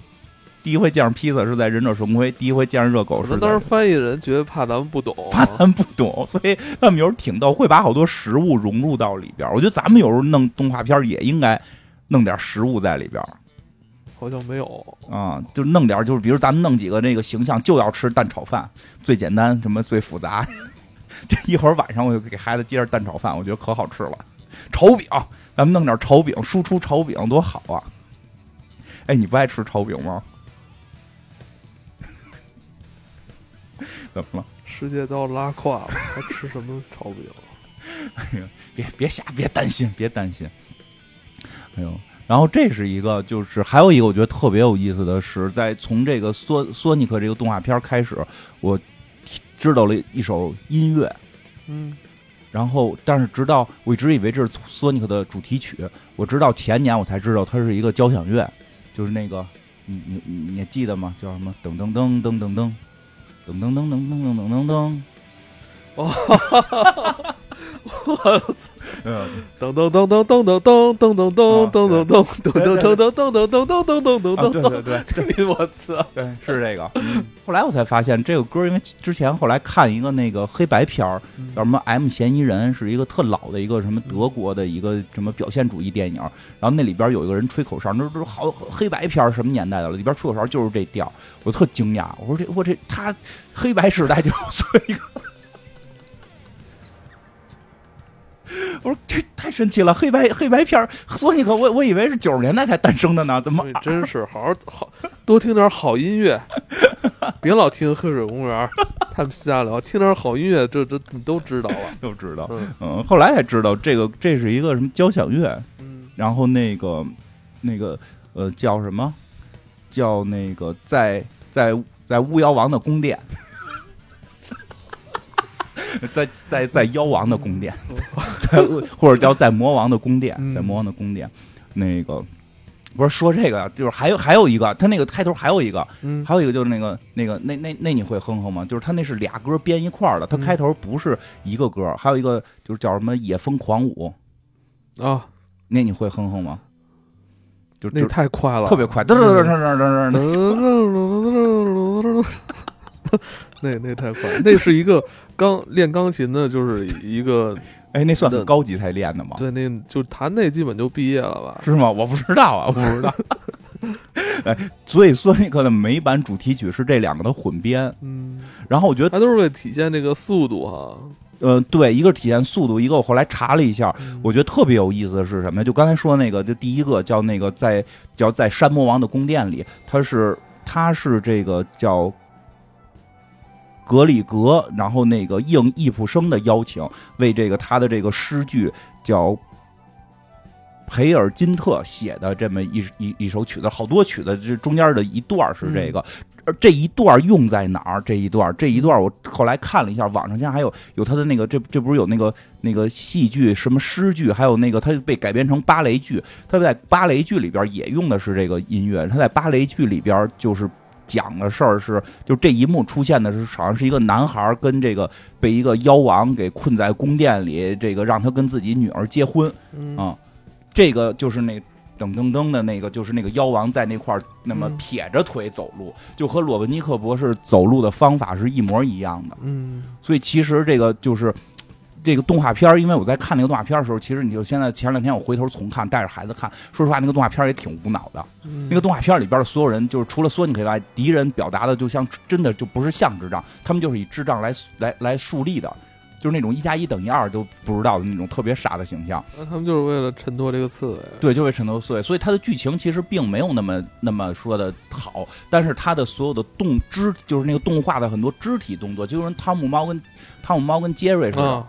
第一回见着披萨是在忍者神龟，第一回见着热狗
可
是
能
在
当时翻译人觉得怕咱们不懂，
怕咱们不懂，所以他们有时候挺逗，会把好多食物融入到里边儿。我觉得咱们有时候弄动画片儿也应该弄点食物在里边儿
好像没有。
啊，就弄点儿就是比如咱们弄几个这个形象就要吃蛋炒饭，最简单，什么最复杂。 这一会儿晚上我就给孩子接着蛋炒饭，我觉得可好吃了。炒饼，咱们弄点炒饼，输出炒饼多好啊！哎，你不爱吃炒饼吗？ 怎么了？
世界都要拉胯了，还吃什么炒 饼？
别别瞎，别担心，别担心。哎呦，然后这是一个，就是还有一个我觉得特别有意思的是，在从这个索索尼克这个动画片开始，我知道了一首音乐，
嗯，
然后但是直到我一直以为这是索尼克的主题曲，我直到前年我才知道它是一个交响乐，就是那个你你你你还记得吗？叫什么？噔噔噔噔噔噔噔噔噔噔噔噔噔噔。嗯，
噔噔噔噔噔噔噔噔噔噔噔噔噔噔噔噔噔噔噔噔噔噔
啊，
噔
对对 对
噔噔，我操！
对，是这个。嗯 后来我才发现这个歌，因为之前后来看一个那个黑白片儿，叫什么《M 嫌疑人》，是一个特老的一个什么德国的一个什么表现主义电影。然后那里边有一个人吹口哨，那都是好黑白片儿什么年代的了，里边吹口哨就是这调儿，我特惊讶，我说这我这他黑白时代就有一个。我说这太神奇了，黑白黑白片儿，索尼克我我以为是九十年代才诞生的呢，怎么
对，真是好好好多听点好音乐，别老听黑水公园，他们瞎聊，听点好音乐，这这你都知道了。
就知道？
嗯
嗯，后来才知道这个这是一个什么交响乐，
嗯，
然后那个那个呃叫什么？叫那个在在在巫妖王的宫殿， 在在在妖王的宫殿， 在或者叫在魔王的宫殿，
嗯
在魔王的宫殿，那个。不是说这个，就是还有还有一个，他那个开头还有一个，
嗯
还有一个就是那个那个那那那你会哼哼吗？就是他那是俩歌编一块儿的，他
嗯
开头不是一个歌，还有一个就是叫什么《野蜂狂舞》，
啊，
那你会哼哼吗？就
那
就
太快了，
特别快，噔噔噔噔噔噔噔噔，
那那太快，那是一个钢练钢琴的，就是一个
哎，那算很高级才练的吗？
对，那就弹那基本就毕业了吧？
是吗？我不知道啊，我不知道。哎，所以索尼克的美版主题曲是这两个的混编，
嗯，
然后我觉得，
它都是为了体现这个速度哈。
呃，对，一个是体现速度，一个我后来查了一下，
嗯
我觉得特别有意思的是什么呀？就刚才说那个，就第一个叫那个在叫在山魔王的宫殿里，他是他是这个叫格里格，然后那个应易卜生的邀请，为这个他的这个诗句叫。培尔金特写的这么一一一首曲子，好多曲子，这中间的一段是这个，而这一段用在哪儿？这一段，这一段，我后来看了一下，网上现在还有有他的那个，这这不是有那个那个戏剧什么诗剧，还有那个他被改编成芭蕾剧，他在芭蕾剧里边也用的是这个音乐，他在芭蕾剧里边就是。讲的事儿是，就这一幕出现的是，好像是一个男孩跟这个被一个妖王给困在宫殿里，这个让他跟自己女儿结婚，
嗯
啊，这个就是那噔噔噔的那个，就是那个妖王在那块儿那么
嗯
撇着腿走路，就和罗文尼克博士走路的方法是一模一样的。
嗯
所以其实这个就是。这个动画片儿，因为我在看那个动画片儿的时候，其实你就现在前两天我回头重看，带着孩子看，说实话，那个动画片儿也挺无脑的。
嗯
那个动画片儿里边的所有人，就是除了索尼克以外，敌人表达的就像真的就不是像智障，他们就是以智障来来来树立的，就是那种一加一等于二都不知道的那种特别傻的形象。
那他们就是为了衬托这个刺猬。
对，就会沉头碎，所以它的剧情其实并没有那么那么说的好，但是它的所有的动肢，就是那个动画的很多肢体动作，就跟汤姆猫跟汤姆猫跟杰瑞似的，
啊，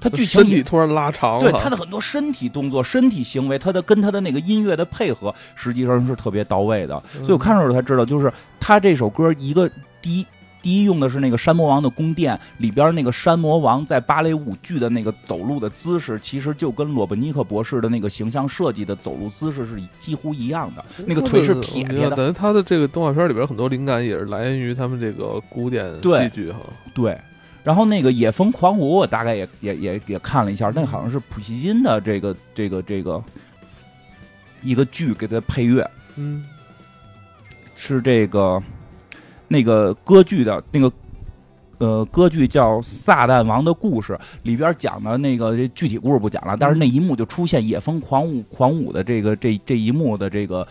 它剧情
身体啊
也
突然拉长
对
了。
它的很多身体动作、身体行为，它的跟它的那个音乐的配合，实际上是特别到位的。
嗯
所以我看的时候才知道，就是他这首歌一个第一。第一用的是那个山魔王的宫殿里边那个山魔王在芭蕾舞剧的那个走路的姿势，其实就跟罗伯尼克博士的那个形象设计的走路姿势是几乎一样的。
嗯
那个腿是撇
我觉
撇
得
的，
等于他的这个动画片里边很多灵感也是来源于他们这个古典
对
戏剧哈。
对。然后那个《野蜂狂舞》，我大概也也也也看了一下，那好像是普希金的这个这个这个一个剧给他配乐，
嗯
是这个那个歌剧的那个呃歌剧叫《撒旦王的故事》，里边讲的那个这具体故事不讲了，但是那一幕就出现野蜂狂舞狂舞的这个这这一幕的这个。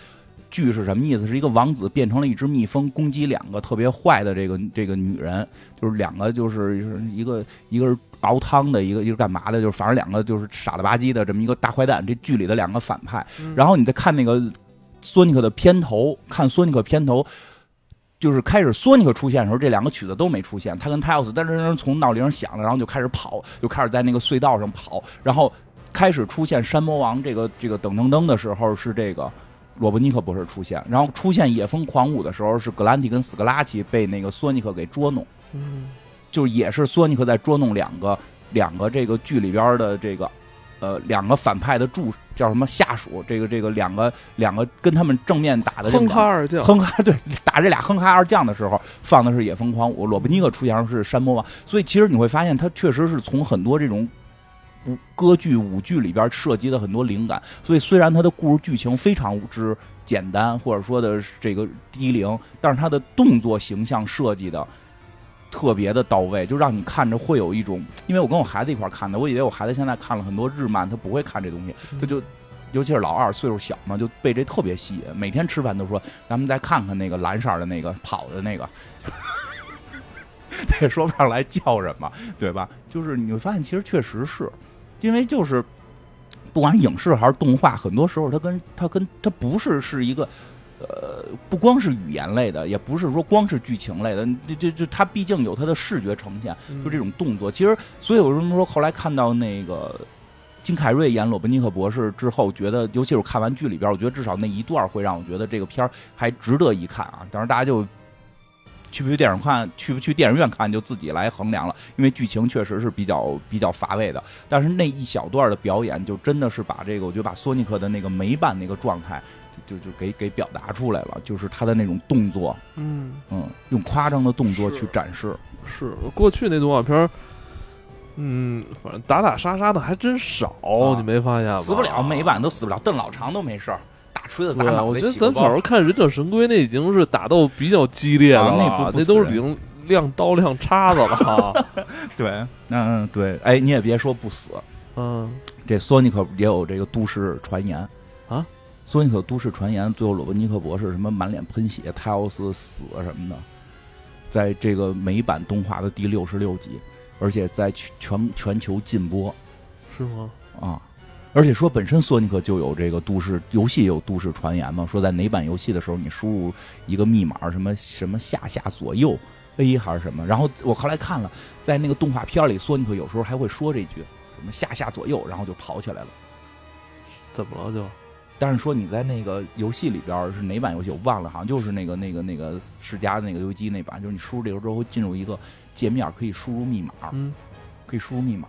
剧是什么意思？是一个王子变成了一只蜜蜂，攻击两个特别坏的这个这个女人，就是两个就是就是一个一个是熬汤的，一个一个是干嘛的，就是反正两个就是傻了吧唧的这么一个大坏蛋。这剧里的两个反派，
嗯
然后你再看那个索尼克的片头，看索尼克片头，就是开始索尼克出现的时候，这两个曲子都没出现，他跟泰奥斯噔噔噔从闹铃响了，然后就开始跑，就开始在那个隧道上跑，然后开始出现山魔王这个这个噔噔噔的时候是这个。罗伯尼克博士出现，然后出现野蜂狂舞的时候，是格兰蒂跟斯格拉奇被那个索尼克给捉弄，
嗯
就是也是索尼克在捉弄两个两个这个剧里边的这个呃两个反派的助叫什么下属，这个这个两个两个跟他们正面打的这
哼哈
个。
二将，
哼哈对，打这俩哼哈二将的时候放的是《野蜂狂舞》，罗伯尼克出现的是《山魔王》，所以其实你会发现，他确实是从很多这种舞歌剧舞剧里边涉及的很多灵感，所以虽然它的故事剧情非常之简单，或者说的是这个低龄，但是它的动作形象设计的特别的到位，就让你看着会有一种，因为我跟我孩子一块儿看的，我以为我孩子现在看了很多日漫，他不会看这东西，他就。尤其是老二岁数小嘛，就被这特别吸引。每天吃饭都说：“咱们再看看那个蓝色儿的那个跑的那个。” 他也说不上来叫什么，对吧？就是你会发现，其实确实是因为就是不管是影视还是动画，很多时候它跟它跟它不是是一个。呃，不光是语言类的，也不是说光是剧情类的，这这这，它毕竟有它的视觉呈现，就这种动作。其实，所以我为什么说后来看到那个金凯瑞演罗伯尼克博士之后，觉得，尤其是我看完剧里边，我觉得至少那一段会让我觉得这个片儿还值得一看啊。当然，大家就去不去电影看，去不去电影院看，就自己来衡量了。因为剧情确实是比较比较乏味的，但是那一小段的表演，就真的是把这个，我觉得把索尼克的那个美版那个状态，就就就给给表达出来了，就是他的那种动作，
嗯，
嗯，用夸张的动作
是
去展示。
是过去那动画片儿，嗯，反正打打杀杀的还真少，
啊
你没发现吗？
死不了，美版都死不了，瞪老长都没事儿，大锤子砸
哦对啊，
脑袋。
我觉得
起个
咱
包
小时候看《忍者神龟》，那已经是打斗比较激烈的
啊
了，
那不不
那
死
都是
人
已经亮刀亮叉子 了。啊
对，嗯对，哎，你也别说不死，
嗯，
这索尼克也有这个都市传言
啊。
索尼克都市传言，最后罗伯尼克博士什么满脸喷血，泰奥斯死啊什么的，在这个美版动画的第六十六集，而且在全全全球禁播
是吗？
啊。而且说本身索尼克就有这个都市游戏有都市传言嘛，说在哪版游戏的时候你输入一个密码什么什么下下左右 A 还是什么，然后我后来看了，在那个动画片里索尼克有时候还会说这句什么下下左右，然后就跑起来了。
怎么了就？
但是说你在那个游戏里边儿是哪版游戏我忘了，好像就是那个那个那个世嘉的那个游戏机那版，就是你输入这个之后会进入一个界面，可以输入密码，
嗯，
可以输入密码。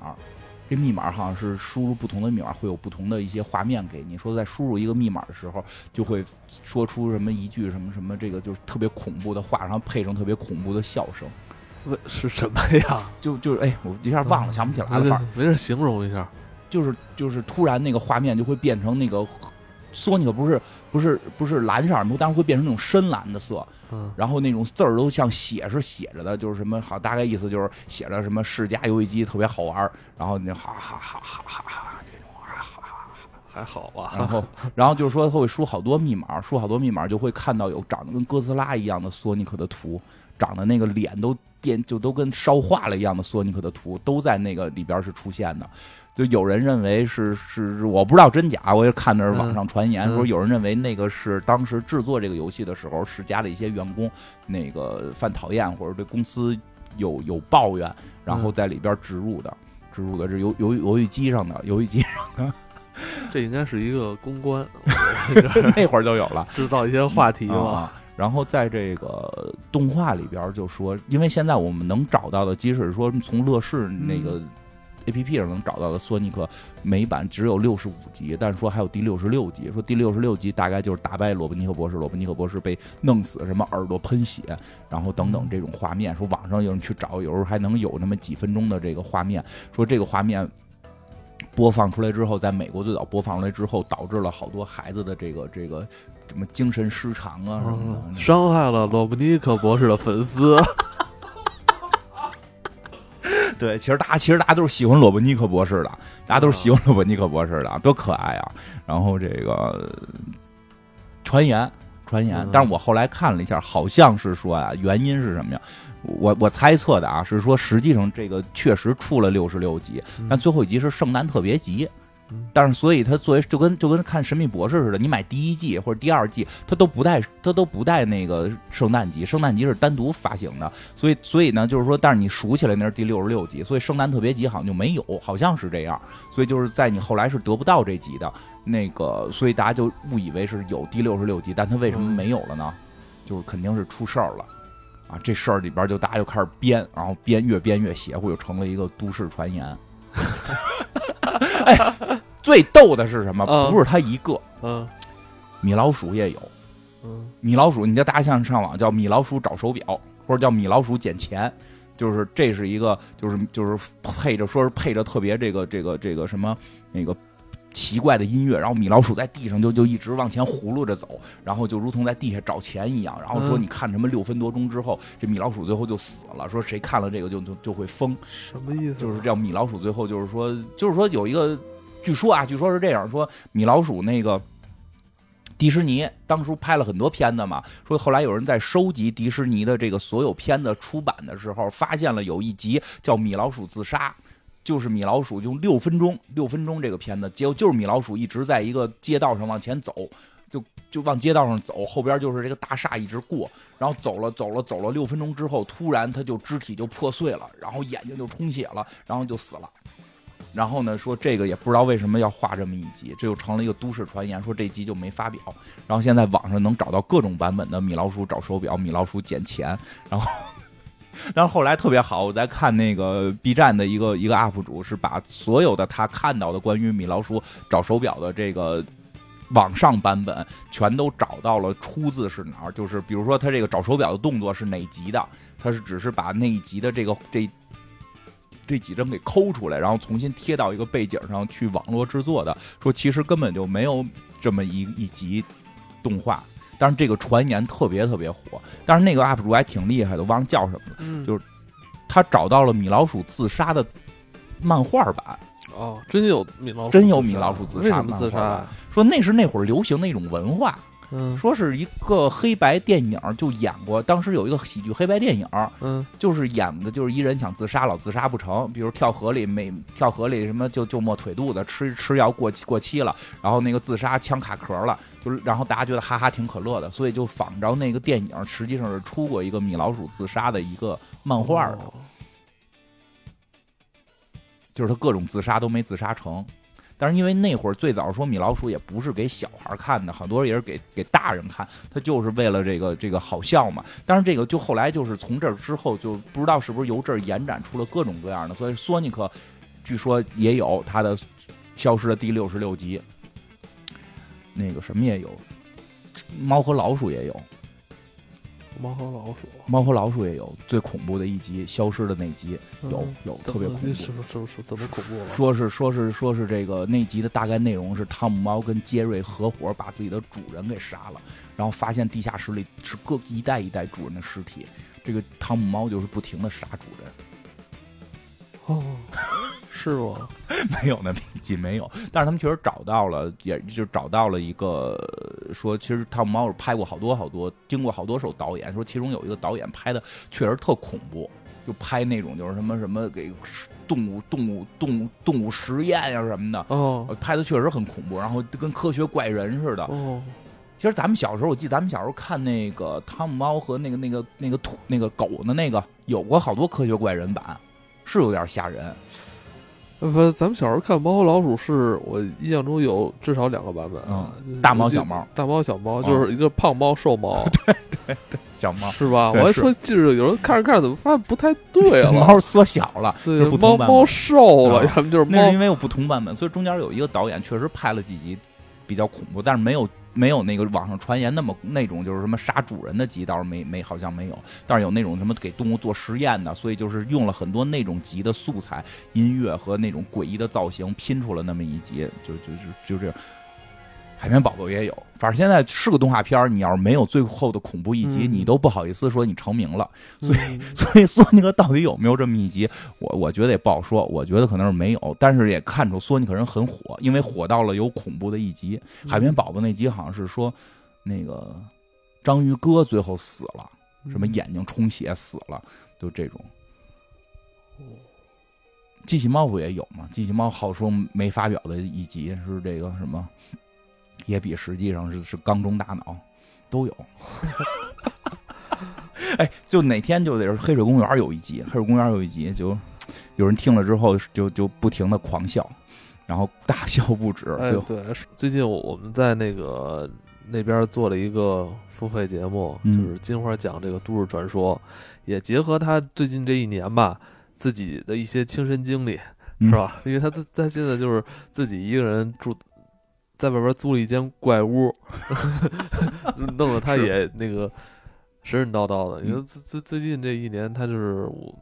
这密码好像是输入不同的密码会有不同的一些画面给你。说在输入一个密码的时候，就会说出什么一句什么什么，这个就是特别恐怖的话，然后配上特别恐怖的笑声。嗯
为是什么呀？
就就是哎，我一下忘了，想不起来了。
嗯没
反
事
正
没事，形容一下。
就是就是突然那个画面就会变成那个索尼克不是不是不是蓝色儿吗，但是会变成那种深蓝的色，
嗯，
然后那种字儿都像写是写着的，就是什么好大概意思就是写着什么世嘉游戏机特别好玩儿，然后你就哈哈哈哈哈哈这种啊哈哈。
还好
然
吧。
后，然后就是说会输好多密码，输好多密码就会看到有长得跟哥斯拉一样的索尼克的图，长得那个脸都变就都跟烧化了一样的索尼克的图都在那个里边是出现的。就有人认为是是，是我不知道真假，我也看的是网上传言、
嗯嗯
说，有人认为那个是当时制作这个游戏的时候，世嘉的一些员工那个犯讨厌或者对公司有有抱怨，然
嗯
后在里边植入的，植入的是游游游戏机上的游戏机，
这应该是一个公关，
那会儿就有了。
制造一些话题吧。
啊然后在这个动画里边儿就说，因为现在我们能找到的，即使说从乐视那个
嗯
A P P 上能找到的索尼克美版只有六十五集，但是说还有第六十六集，说第六十六集大概就是打败罗伯尼克博士，罗伯尼克博士被弄死，什么耳朵喷血，然后等等这种画面，说网上有人去找，有时候还能有那么几分钟的这个画面，说这个画面。播放出来之后，在美国最早播放出来之后，导致了好多孩子的这个这个什么精神失常啊什么的
嗯，，伤害了罗布尼克博士的粉丝。
对，其实大家其实大家都是喜欢罗伯尼克博士的，大家
嗯
都是喜欢罗伯尼克博士的，多可爱啊！然后这个呃传言传言
嗯，
但是我后来看了一下，好像是说啊，原因是什么呀？我我猜测的啊，是说实际上这个确实出了六十六集，但最后一集是圣诞特别集
嗯。
但是，所以它作为就跟就跟看《神秘博士》似的，你买第一季或者第二季，它都不带它都不带那个圣诞集，圣诞集是单独发行的，所以所以呢，就是说，但是你数起来那是第六十六集，所以圣诞特别集好像就没有，好像是这样，所以就是在你后来是得不到这集的，那个，所以大家就误以为是有第六十六集，但它为什么没有了呢？就是肯定是出事儿了。啊，这事儿里边就大家就开始编，然后编越编越邪乎，就成了一个都市传言。 哎，最逗的是什么？
嗯
不是他一个，
嗯
米老鼠也有。
嗯，
米老鼠，你叫大家像上网叫米老鼠找手表，或者叫米老鼠捡钱，就是这是一个就是就是配着说是配着特别这个这个这个什么那个。奇怪的音乐，然后米老鼠在地上就就一直往前葫芦着走，然后就如同在地下找钱一样。然后说
嗯
你看什么六分多钟之后，这米老鼠最后就死了。说谁看了这个就就就会疯，
什么意思？
就是叫米老鼠。最后就是说，就是说有一个，据说啊，据说是这样说，米老鼠那个迪士尼当初拍了很多片子嘛，说后来有人在收集迪士尼的这个所有片子出版的时候，发现了有一集叫《米老鼠自杀》。就是米老鼠用六分钟，六分钟这个片子，结果就是米老鼠一直在一个街道上往前走，就就往街道上走，后边就是这个大厦一直过，然后走了走了走了六分钟之后，突然他就肢体就破碎了，然后眼睛就充血了，然后就死了。然后呢，说这个也不知道为什么要画这么一集，这就成了一个都市传言，说这集就没发表。然后现在网上能找到各种版本的米老鼠找手表、米老鼠捡钱，然后。 然后后来特别好，我在看那个 B 站的一个一个 UP 主，是把所有的他看到的关于米老鼠找手表的这个网上版本全都找到了出自是哪儿，就是比如说他这个找手表的动作是哪集的，他是只是把那一集的这个这这几帧给抠出来，然后重新贴到一个背景上去网络制作的，说其实根本就没有这么一一集动画。但是这个传言特别特别火，但是那个 UP 主还挺厉害的，忘了叫什么了。
嗯
就是他找到了米老鼠自杀的漫画版，
哦，真有米老鼠，
真有米老鼠自杀
为什么自
漫画
杀
版？说那是那会儿流行的一种文化，
嗯
说是一个黑白电影就演过，当时有一个喜剧黑白电影，
嗯
就是演的就是一人想自杀老自杀不成，比如跳河里每跳河里什么就就没腿肚子，吃吃药过期过期了，然后那个自杀枪卡壳了，就是然后大家觉得哈哈挺可乐的，所以就仿照那个电影，实际上是出过一个米老鼠自杀的一个漫画的，
哦
就是他各种自杀都没自杀成。但是因为那会儿最早说米老鼠也不是给小孩看的，很多也是给给大人看，他就是为了这个这个好笑嘛。但是这个就后来就是从这儿之后就不知道是不是由这儿延展出了各种各样的，所以索尼克据说也有他的消失的第六十六集，那个什么也有，猫和老鼠也有，
猫和老鼠
猫和老鼠也有最恐怖的一集消失的那集有
嗯
有特别恐怖。
怎么怎么怎么怎么恐怖了？
说是说是说是这个那集的大概内容是汤姆猫跟杰瑞合伙把自己的主人给杀了，然后发现地下室里是各一代一代主人的尸体，这个汤姆猫就是不停的杀主人。
哦，是吗？
没有呢，那集没有。但是他们确实找到了，也就找到了一个呃说，其实汤姆猫是拍过好多好多，经过好多手导演，说其中有一个导演拍的确实特恐怖，就拍那种就是什么什么给动物动物动物动物实验呀、什么的。
哦
拍的确实很恐怖，然后跟科学怪人似的。
哦，
其实咱们小时候，我记得咱们小时候看那个《汤姆猫》和那个那个那个土那个狗的那个，有过好多科学怪人版，是有点吓人。
呃不，咱们小时候看《猫和老鼠》，是我印象中有至少两个版本啊，就是
嗯大猫
我记
小猫，
大猫小猫
嗯
就是一个胖猫瘦 猫，
小猫，
是吧？
对
我还
是
说就是有人看着看着怎么发现不太对了，
猫缩小了，
对
是不，
猫
同版
猫
本。
瘦了，
啊
要么就是
那是
猫
因为有不同版本，所以中间有一个导演确实拍了几集比较恐怖，但是没有没有那个网上传言那么那种就是什么杀主人的集倒是没没好像没有，但是有那种什么给动物做实验的，所以就是用了很多那种集的素材、音乐和那种诡异的造型拼出了那么一集，就就就就这样。海绵宝宝也有，反正现在是个动画片儿你要是没有最后的恐怖一集，
嗯
你都不好意思说你成名了。所
以
所以索尼克到底有没有这么一集，我我觉得也不好说，我觉得可能是没有，但是也看出索尼克人很火，因为火到了有恐怖的一集。
嗯
海绵宝宝那集好像是说，那个章鱼哥最后死了，什
嗯
么眼睛充血死了，就这种。机器猫不也有吗？机器猫好说没发表的一集是这个什么，也比实际上是是缸中大脑都有。哎，就哪天就得是黑水公园有一集，黑水公园有一集就有人听了之后就就不停的狂笑，然后大笑不止，
哎
最后。
对，是最近我我们在那个那边做了一个付费节目，就
嗯
是金花讲这个都市传说，也结合他最近这一年吧自己的一些亲身经历，
嗯
是吧？因为他他他现在就是自己一个人住。在外边租了一间怪屋， 弄得他
是
也那个神神叨叨的。
嗯
因为最最最近这一年，他就是我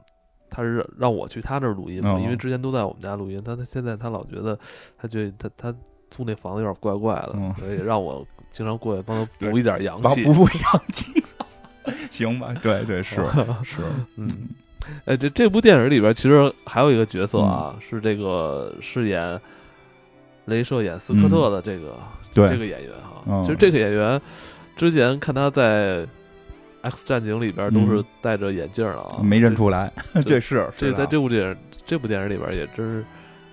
他是让我去他那儿录音嘛，
嗯
因为之前都在我们家录音。他他现在他老觉得，他觉得他他租那房子有点怪怪的，
嗯
所以让我经常过去帮他补一点阳
把
气。
补补阳气， 行吧？对对是是，
哦嗯，哎，这这部电影里边其实还有一个角色啊，
嗯
是这个饰演镭射眼斯科特的这个、
嗯对
这个演员哈、
嗯
其实这个演员之前看他在《X 战警》里边都是
嗯
戴着眼镜的啊，
没认出来，
这
对是
这。
是
这在
的
这部电影这部电影里边也真是，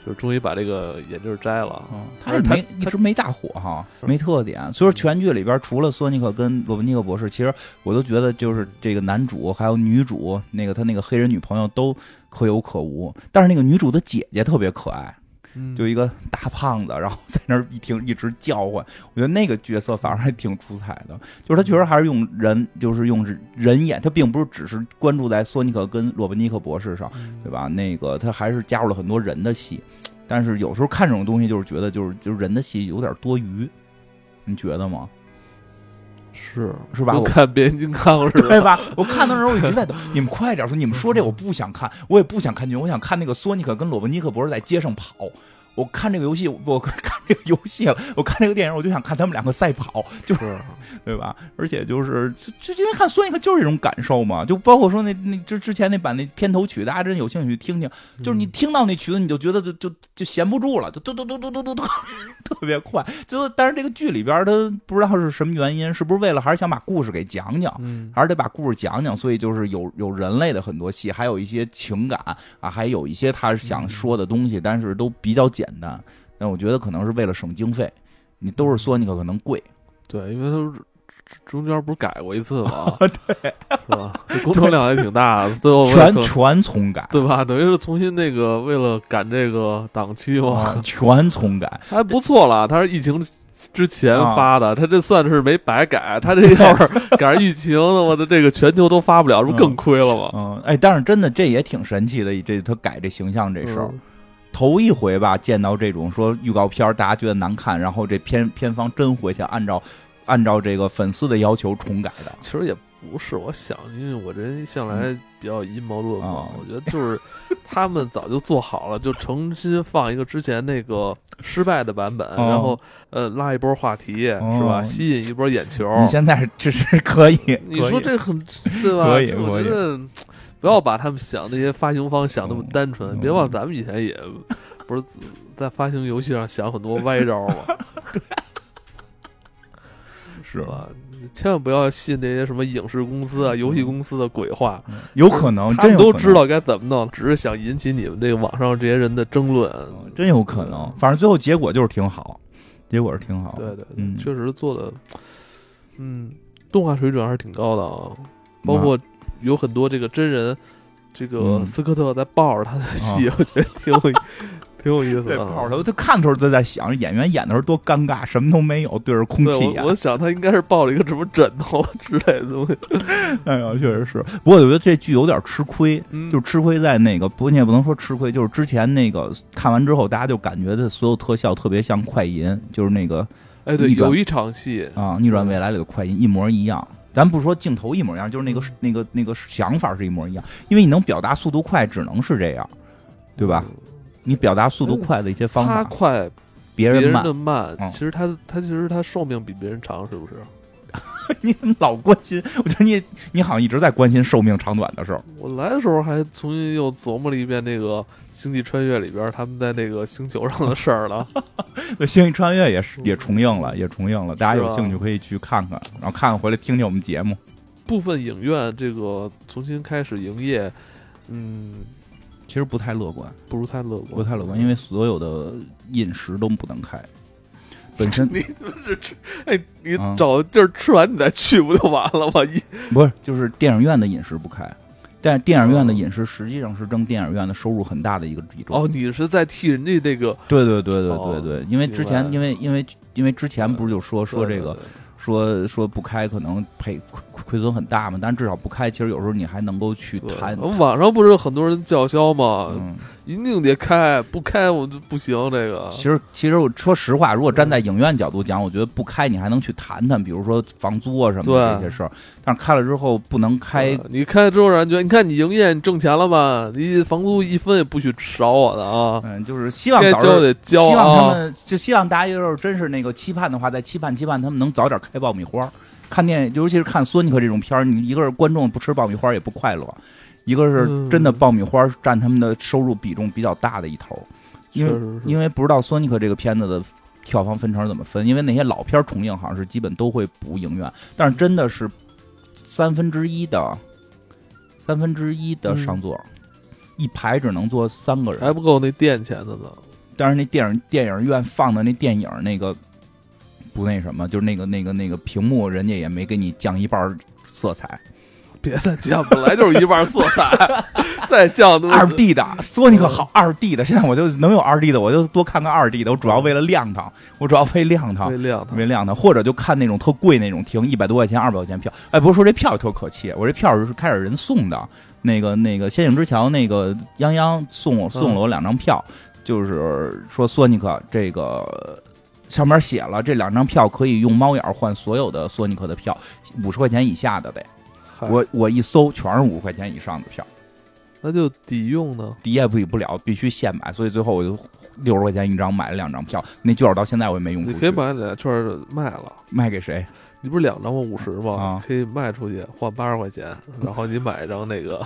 就是终于把这个眼镜摘了啊。
嗯，
而
也
且他
没一
他
直没大火哈，没特点。所以说全剧里边除了索尼克跟罗伯尼克博士，其实我都觉得就是这个男主还有女主，那个他那个黑人女朋友都可有可无。但是那个女主的姐姐特别可爱，
嗯
就一个大胖子，然后在那儿一听一直叫唤，我觉得那个角色反而还挺出彩的。就是他确实还是用人，就是用人演，他并不是只是关注在索尼克跟罗伯尼克博士上，对吧？那个他还是加入了很多人的戏，但是有时候看这种东西，就是觉得就是就是人的戏有点多余，你觉得吗？
是
是吧
跟
我
看变形金刚似
对
的。
吧？我看的时候我一直在等你们快点说，你们说这我不想看，我也不想看剧，我想看那个索尼克跟罗伯尼克博士在街上跑。我看这个游戏，我我看 这个游戏了，我看这个电影，我就想看他们两个赛跑，就是
是，
对吧？而且就是就就因为看索尼克就是这种感受嘛，就包括说那那之之前那版那片头曲，大家真有兴趣听听， 就是你
嗯
听到那曲子，你就觉得就就就闲不住了，就嘟嘟嘟嘟嘟嘟 嘟，特别快。就但是这个剧里边，他不知道是什么原因，是不是为了还是想把故事给讲讲，
嗯，
啊还是得把故事讲讲，所以就是有有人类的很多戏，还有一些情感啊，还有一些他
嗯
想说的东西，但是都比较简单。但我觉得可能是为了省经费，你都是索尼克可能贵，
对，因为他中间不是改过一次 吗？对，是吧？这工作量还挺大的，最后为了
全
可
全重改
对吧？等于是重新那个为了赶这个档期
啊
嘛，，
全重改。
还不错啦。他是疫情之前
啊
发的，他这算是没白改。他这要 是赶上疫情，我的这个全球都发不了，这不更亏了吗？
嗯，哎，但是真的这也挺神奇的，这他改这形象这事
嗯
儿。头一回吧，见到这种说预告片儿大家觉得难看，然后这片片方真回去按照按照这个粉丝的要求重改的。
其实也不是，我想，因为我这人向来
嗯
比较阴谋论嘛，
啊
我觉得就是他们早就做好了，就重新放一个之前那个失败的版本，
哦
然后呃拉一波话题、
哦
是吧，吸引一波眼球。
你现在这是可以，
哦你
可
说
以
这很对吧？
可以
这我
可以
觉得不要把他们想那些发行方想那么单纯，
嗯
别忘咱们以前也不是在发行游戏上想很多歪 招嘛，是？
是啊
吧？你千万不要信这些什么影视公司啊、游戏公司的鬼话，
有可能，
他
真
们
嗯哦有
都
可能
知，道该怎么弄，只是想引起你们这个网上这些人的争论。
真有可能。反正最后结果就是挺好，结果是挺好。
嗯对对对，
嗯
确实做的，嗯，动画水准还是挺高的啊，包括有很多这个真人，这个
嗯啊
斯科特在抱着他的戏，我觉得挺有 挺有意思
对，
的
跑
啊。
头，他看的时候都在想，演员演的时候多尴尬，什么都没有，对着空
对，
气
我
演。
我想他应该是抱着一个什么枕头啊之类的东 西，
哎呀，确实是。不过我觉得这剧有点吃亏，
嗯，
就是吃亏在那个，不，你也不能说吃亏，就是之前那个看完之后，大家就感觉这所有特效特别像快银，就是那个
哎，对，
逆转
有一场戏，
啊，《逆转未来》里的快银一模一样。咱不说镜头一模一样，就是那个
嗯
那个那个想法是一模一样，因为你能表达速度快，只能是这样，对吧？你表达速度快的一些方
嗯他
法，
快
别
别
人慢
的。慢，
嗯
其实他他其实他寿命比别人长，是不是？
你怎么老关心？我觉得你你好像一直在关心寿命长短的事儿。
我来的时候还重新又琢磨了一遍那个《星际穿越》里边他们在那个星球上的事儿 了。
对，《星际穿越》也是也重映了，也重映了，大家
是
有
吧
兴趣可以去看看，然后看看回来听听我们节目。
部分影院这个重新开始营业，嗯，
其实不太乐观，
不如太乐观，
不太乐观，因为所有的饮食都不能开，本 身
你他妈是吃，哎，你
嗯
找地儿吃完你再去不就完了吗？一
不是，就是电影院的饮食不开，但电影院的饮食实际上是挣电影院的收入很大的一个比重。
哦，你是在替人家那个
对对对对
哦
对对，因为之前因
明
为因为因为之前不是就说说这个，说说不开可能赔亏亏亏损很大嘛，但至少不开，其实有时候你还能够去
对对对呃
谈
对。网上不是有很多人叫嚣吗？
嗯，
一定得开，不开我就不行。这个
其实，其实我说实话，如果站
嗯
在影院角度讲，我觉得不开你还能去谈谈，比如说房租啊什么的这
对
些事儿。但是开了之后不能开
呃，你开之后让人觉得，你看你营业你挣钱了吧？你房租一分也不许少我的啊！
嗯，就是希望
该
早
交
日，
得交
希望他
啊！
们就希望大家要是真是那个期盼的话，在期盼期盼他们能早点开爆米花儿。看电影，尤其是看索尼克这种片儿，你一个是观众不吃爆米花儿也不快乐，一个是
嗯
真的爆米花儿占他们的收入比重比较大的一头儿。因为
确实是
因为不知道《索尼克》这个片子的票房分成怎么分，因为那些老片儿重映好像是基本都会补影院，但是真的是三分之一的三分之一
嗯
的上座，一排只能坐三个
还
人。
不够那店钱的呢。
但是那电影电影院放的那电影那个不那什么，就是那个那个那个屏幕，人家也没给你降一半儿色彩，
别再降，本来就是一半色彩， 再降都
二 D 的《索尼克》好二 D 的，现在我就能有二 D 的，我就多看看二 D 的，我主要为了亮堂，我主要为亮堂。
没亮堂。
没亮它，或者就看那种特贵那种厅，一百多块钱、二百块钱票。哎，不是说这票特可气，我这票是开始人送的，那个那个《仙境之桥》那个泱泱送我送了我两张票，就是说索尼克这个。上面写了这两张票可以用猫眼换所有的索尼克的票，五十块钱以下的呗。
嗨
我我一搜全是五块钱以上的票，
那就抵用呢，
抵也抵不了，必须现买。所以最后我就六十块钱一张买了两张票，那券儿到现在我也没用出
你
去。
可以把你俩券儿卖了。
卖给谁？
你不是两张吗？五十吗？
啊
可以卖出去换八十块钱，然后你买一张那 个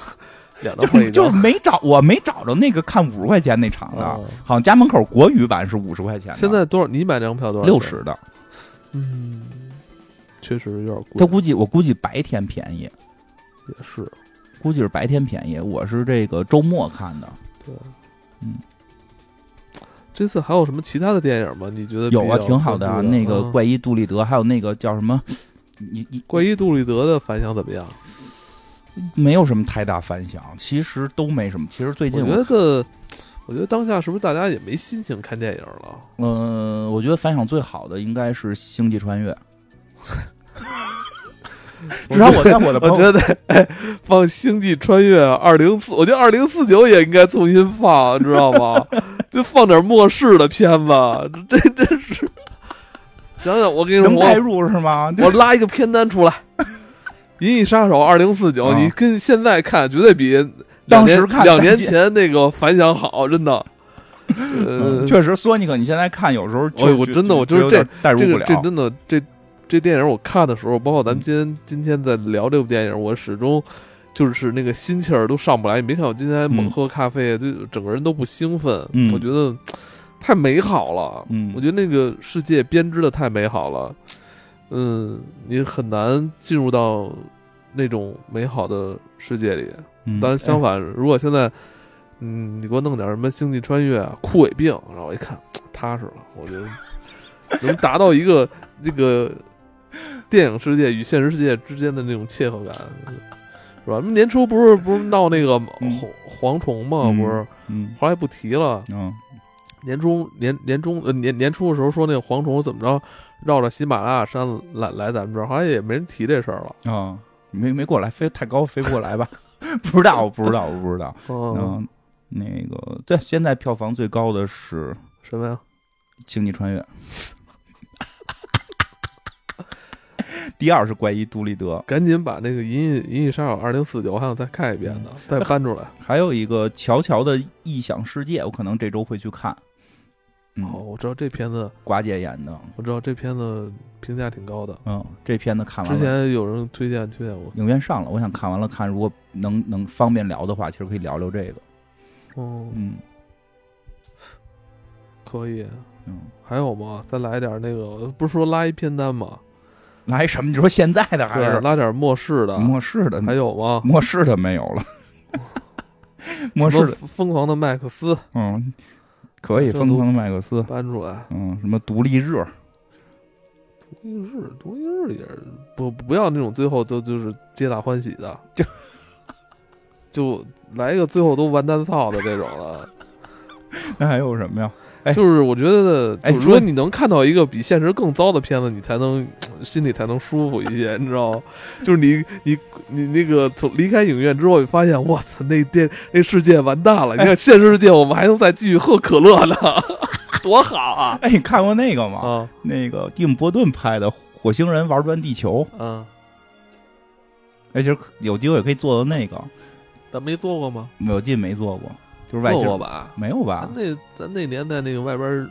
两张换
就
一
就
张。
没找，我没找着那个看五十块钱那场的，
啊
好像家门口国语版是五十块钱的，
现在多少？你买这张票多少？
六。十的，
嗯，确实有点
他
贵，
估计我估计白天便宜，
也是。
估计是白天便宜，我是这个周末看的，
对，
嗯。
这次还有什么其他的电影吗？你觉得
有啊，
比较
挺好的啊，
关注
那个
嗯
怪医杜立德，还有那个叫什么，你你
怪医杜立德的反响怎么样？
没有什么太大反响，其实都没什么，其实最
我
近
觉
我。
得，我觉得当下是不是大家也没心情看电影了？
嗯、我觉得反响最好的应该是《星际穿 越》，至少我在我的朋
我
友
觉得，哎，放《星际穿越》二零四，我觉得二零四九也应该重新放，知道吗？就放点末世的片子，这这真是。想想我跟你说，
能代
我
入是吗？
我拉一个片单出来，《银翼杀手二零四九》，
啊
你跟现在看绝对比两
当
年
时看
两年前那个反响好，真 的。呃
嗯，，确实，索尼克，你现在看有时候就，
哎我真的我就是
有点代入
这
不
个
了。嗯
这真的这这电影我看的时候，包括咱们今天、今天在聊这部电影，我始终就是那个心气儿都上不来。你别看我今天猛喝咖啡，就整个人都不兴奋。
嗯
我觉得太美好了。
嗯
我觉得那个世界编织的太美好了。嗯，你很难进入到那种美好的世界里。
嗯
但相反，如果现在，嗯，你给我弄点什么星际穿越啊、枯萎病，然后我一看，踏实了，我觉得 能达到一个这个电影世界与现实世界之间的那种切合感，是吧？年初不是不是闹那个
嗯
蝗蝗虫吗？
嗯
不是，
嗯
后来不提了。
嗯
年中年年中呃年年初的时候说那个蝗虫怎么着绕着喜马拉雅山来来咱们这儿，好像也没人提这事儿了。
啊，没没过来，飞太高飞不过来吧？ 不知道，我不知道，我不知道。
嗯，
嗯，那个对，现在票房最高的是《
什么呀？
星际穿越》， 第二是《怪医杜立德
赶紧把那个《银翼银翼杀手二零四九》还想再看一遍
嗯
呢，再搬出来。》，
还有一个《乔乔的异想世界》，我可能这周会去看。
哦，
嗯，
我知道这片子，
寡姐演的，
我知道这片子评价挺高的。
嗯，这片子看完
之
了。
前有人推荐推荐我，
影院上了，我想看完了看，如果能能方便聊的话，其实可以聊聊这个。
哦，
嗯
可以。
嗯，
还有吗？再来点那个，不是说拉一片单吗？
来什么？你说现在的还
对，
是
拉点末世的，
末世的？
还有吗？
末世的没有 了，末世
什么
的
疯狂的麦克斯
嗯，可以
这都
疯狂的麦克斯，
搬出来，
嗯，什么独立日，
独立日，独立日也是不不要那种最后都就是皆大欢喜 的，
就
就来一个最后都完蛋操的这种了。
那还有什么呀？哎
就是我觉得，
哎
就是如果
说
你能看到一个比现实更糟的片子，你才能心里才能舒服一些，你 知道吗？就是你你你那个从离开影院之后，你发现，我操，那电那世界完蛋
哎
了！你看现实世界，我们还能再继续喝可乐 呢，多好啊！
哎，你看过那个吗？
啊
那个蒂姆·波顿拍的《火星人玩转地球》，
嗯，
哎，其实可有机会可以做到那个，
咱没做过吗？
没有进没做过，就是外
做
星
过
人啊
吧？啊
没有吧
咱？那咱那年代那个外边儿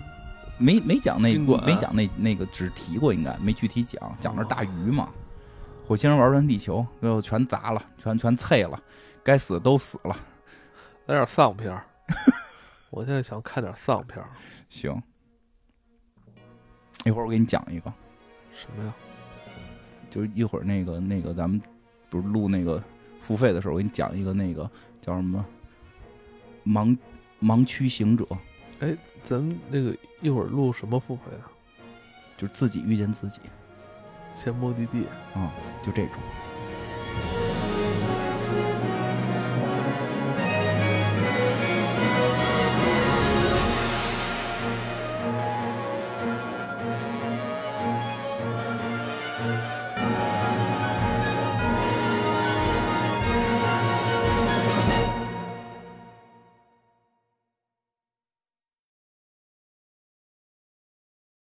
没没讲那
宾馆
没讲那那个只提过，应该没具体讲，讲的是大鱼嘛。火星人玩转地球，最后全砸了，全全碎了，该死的都死了。
来点丧片 儿，我现在想看点丧片儿，
行，一会儿我给你讲一个，
什么呀？
就是一会儿那个那个咱们不是录那个付费的时候，我给你讲一个那个叫什么盲盲区行者，
咱们那个一会儿录什么付费啊？
就是自己遇见自己
前目的地。
啊、就这种。
嗯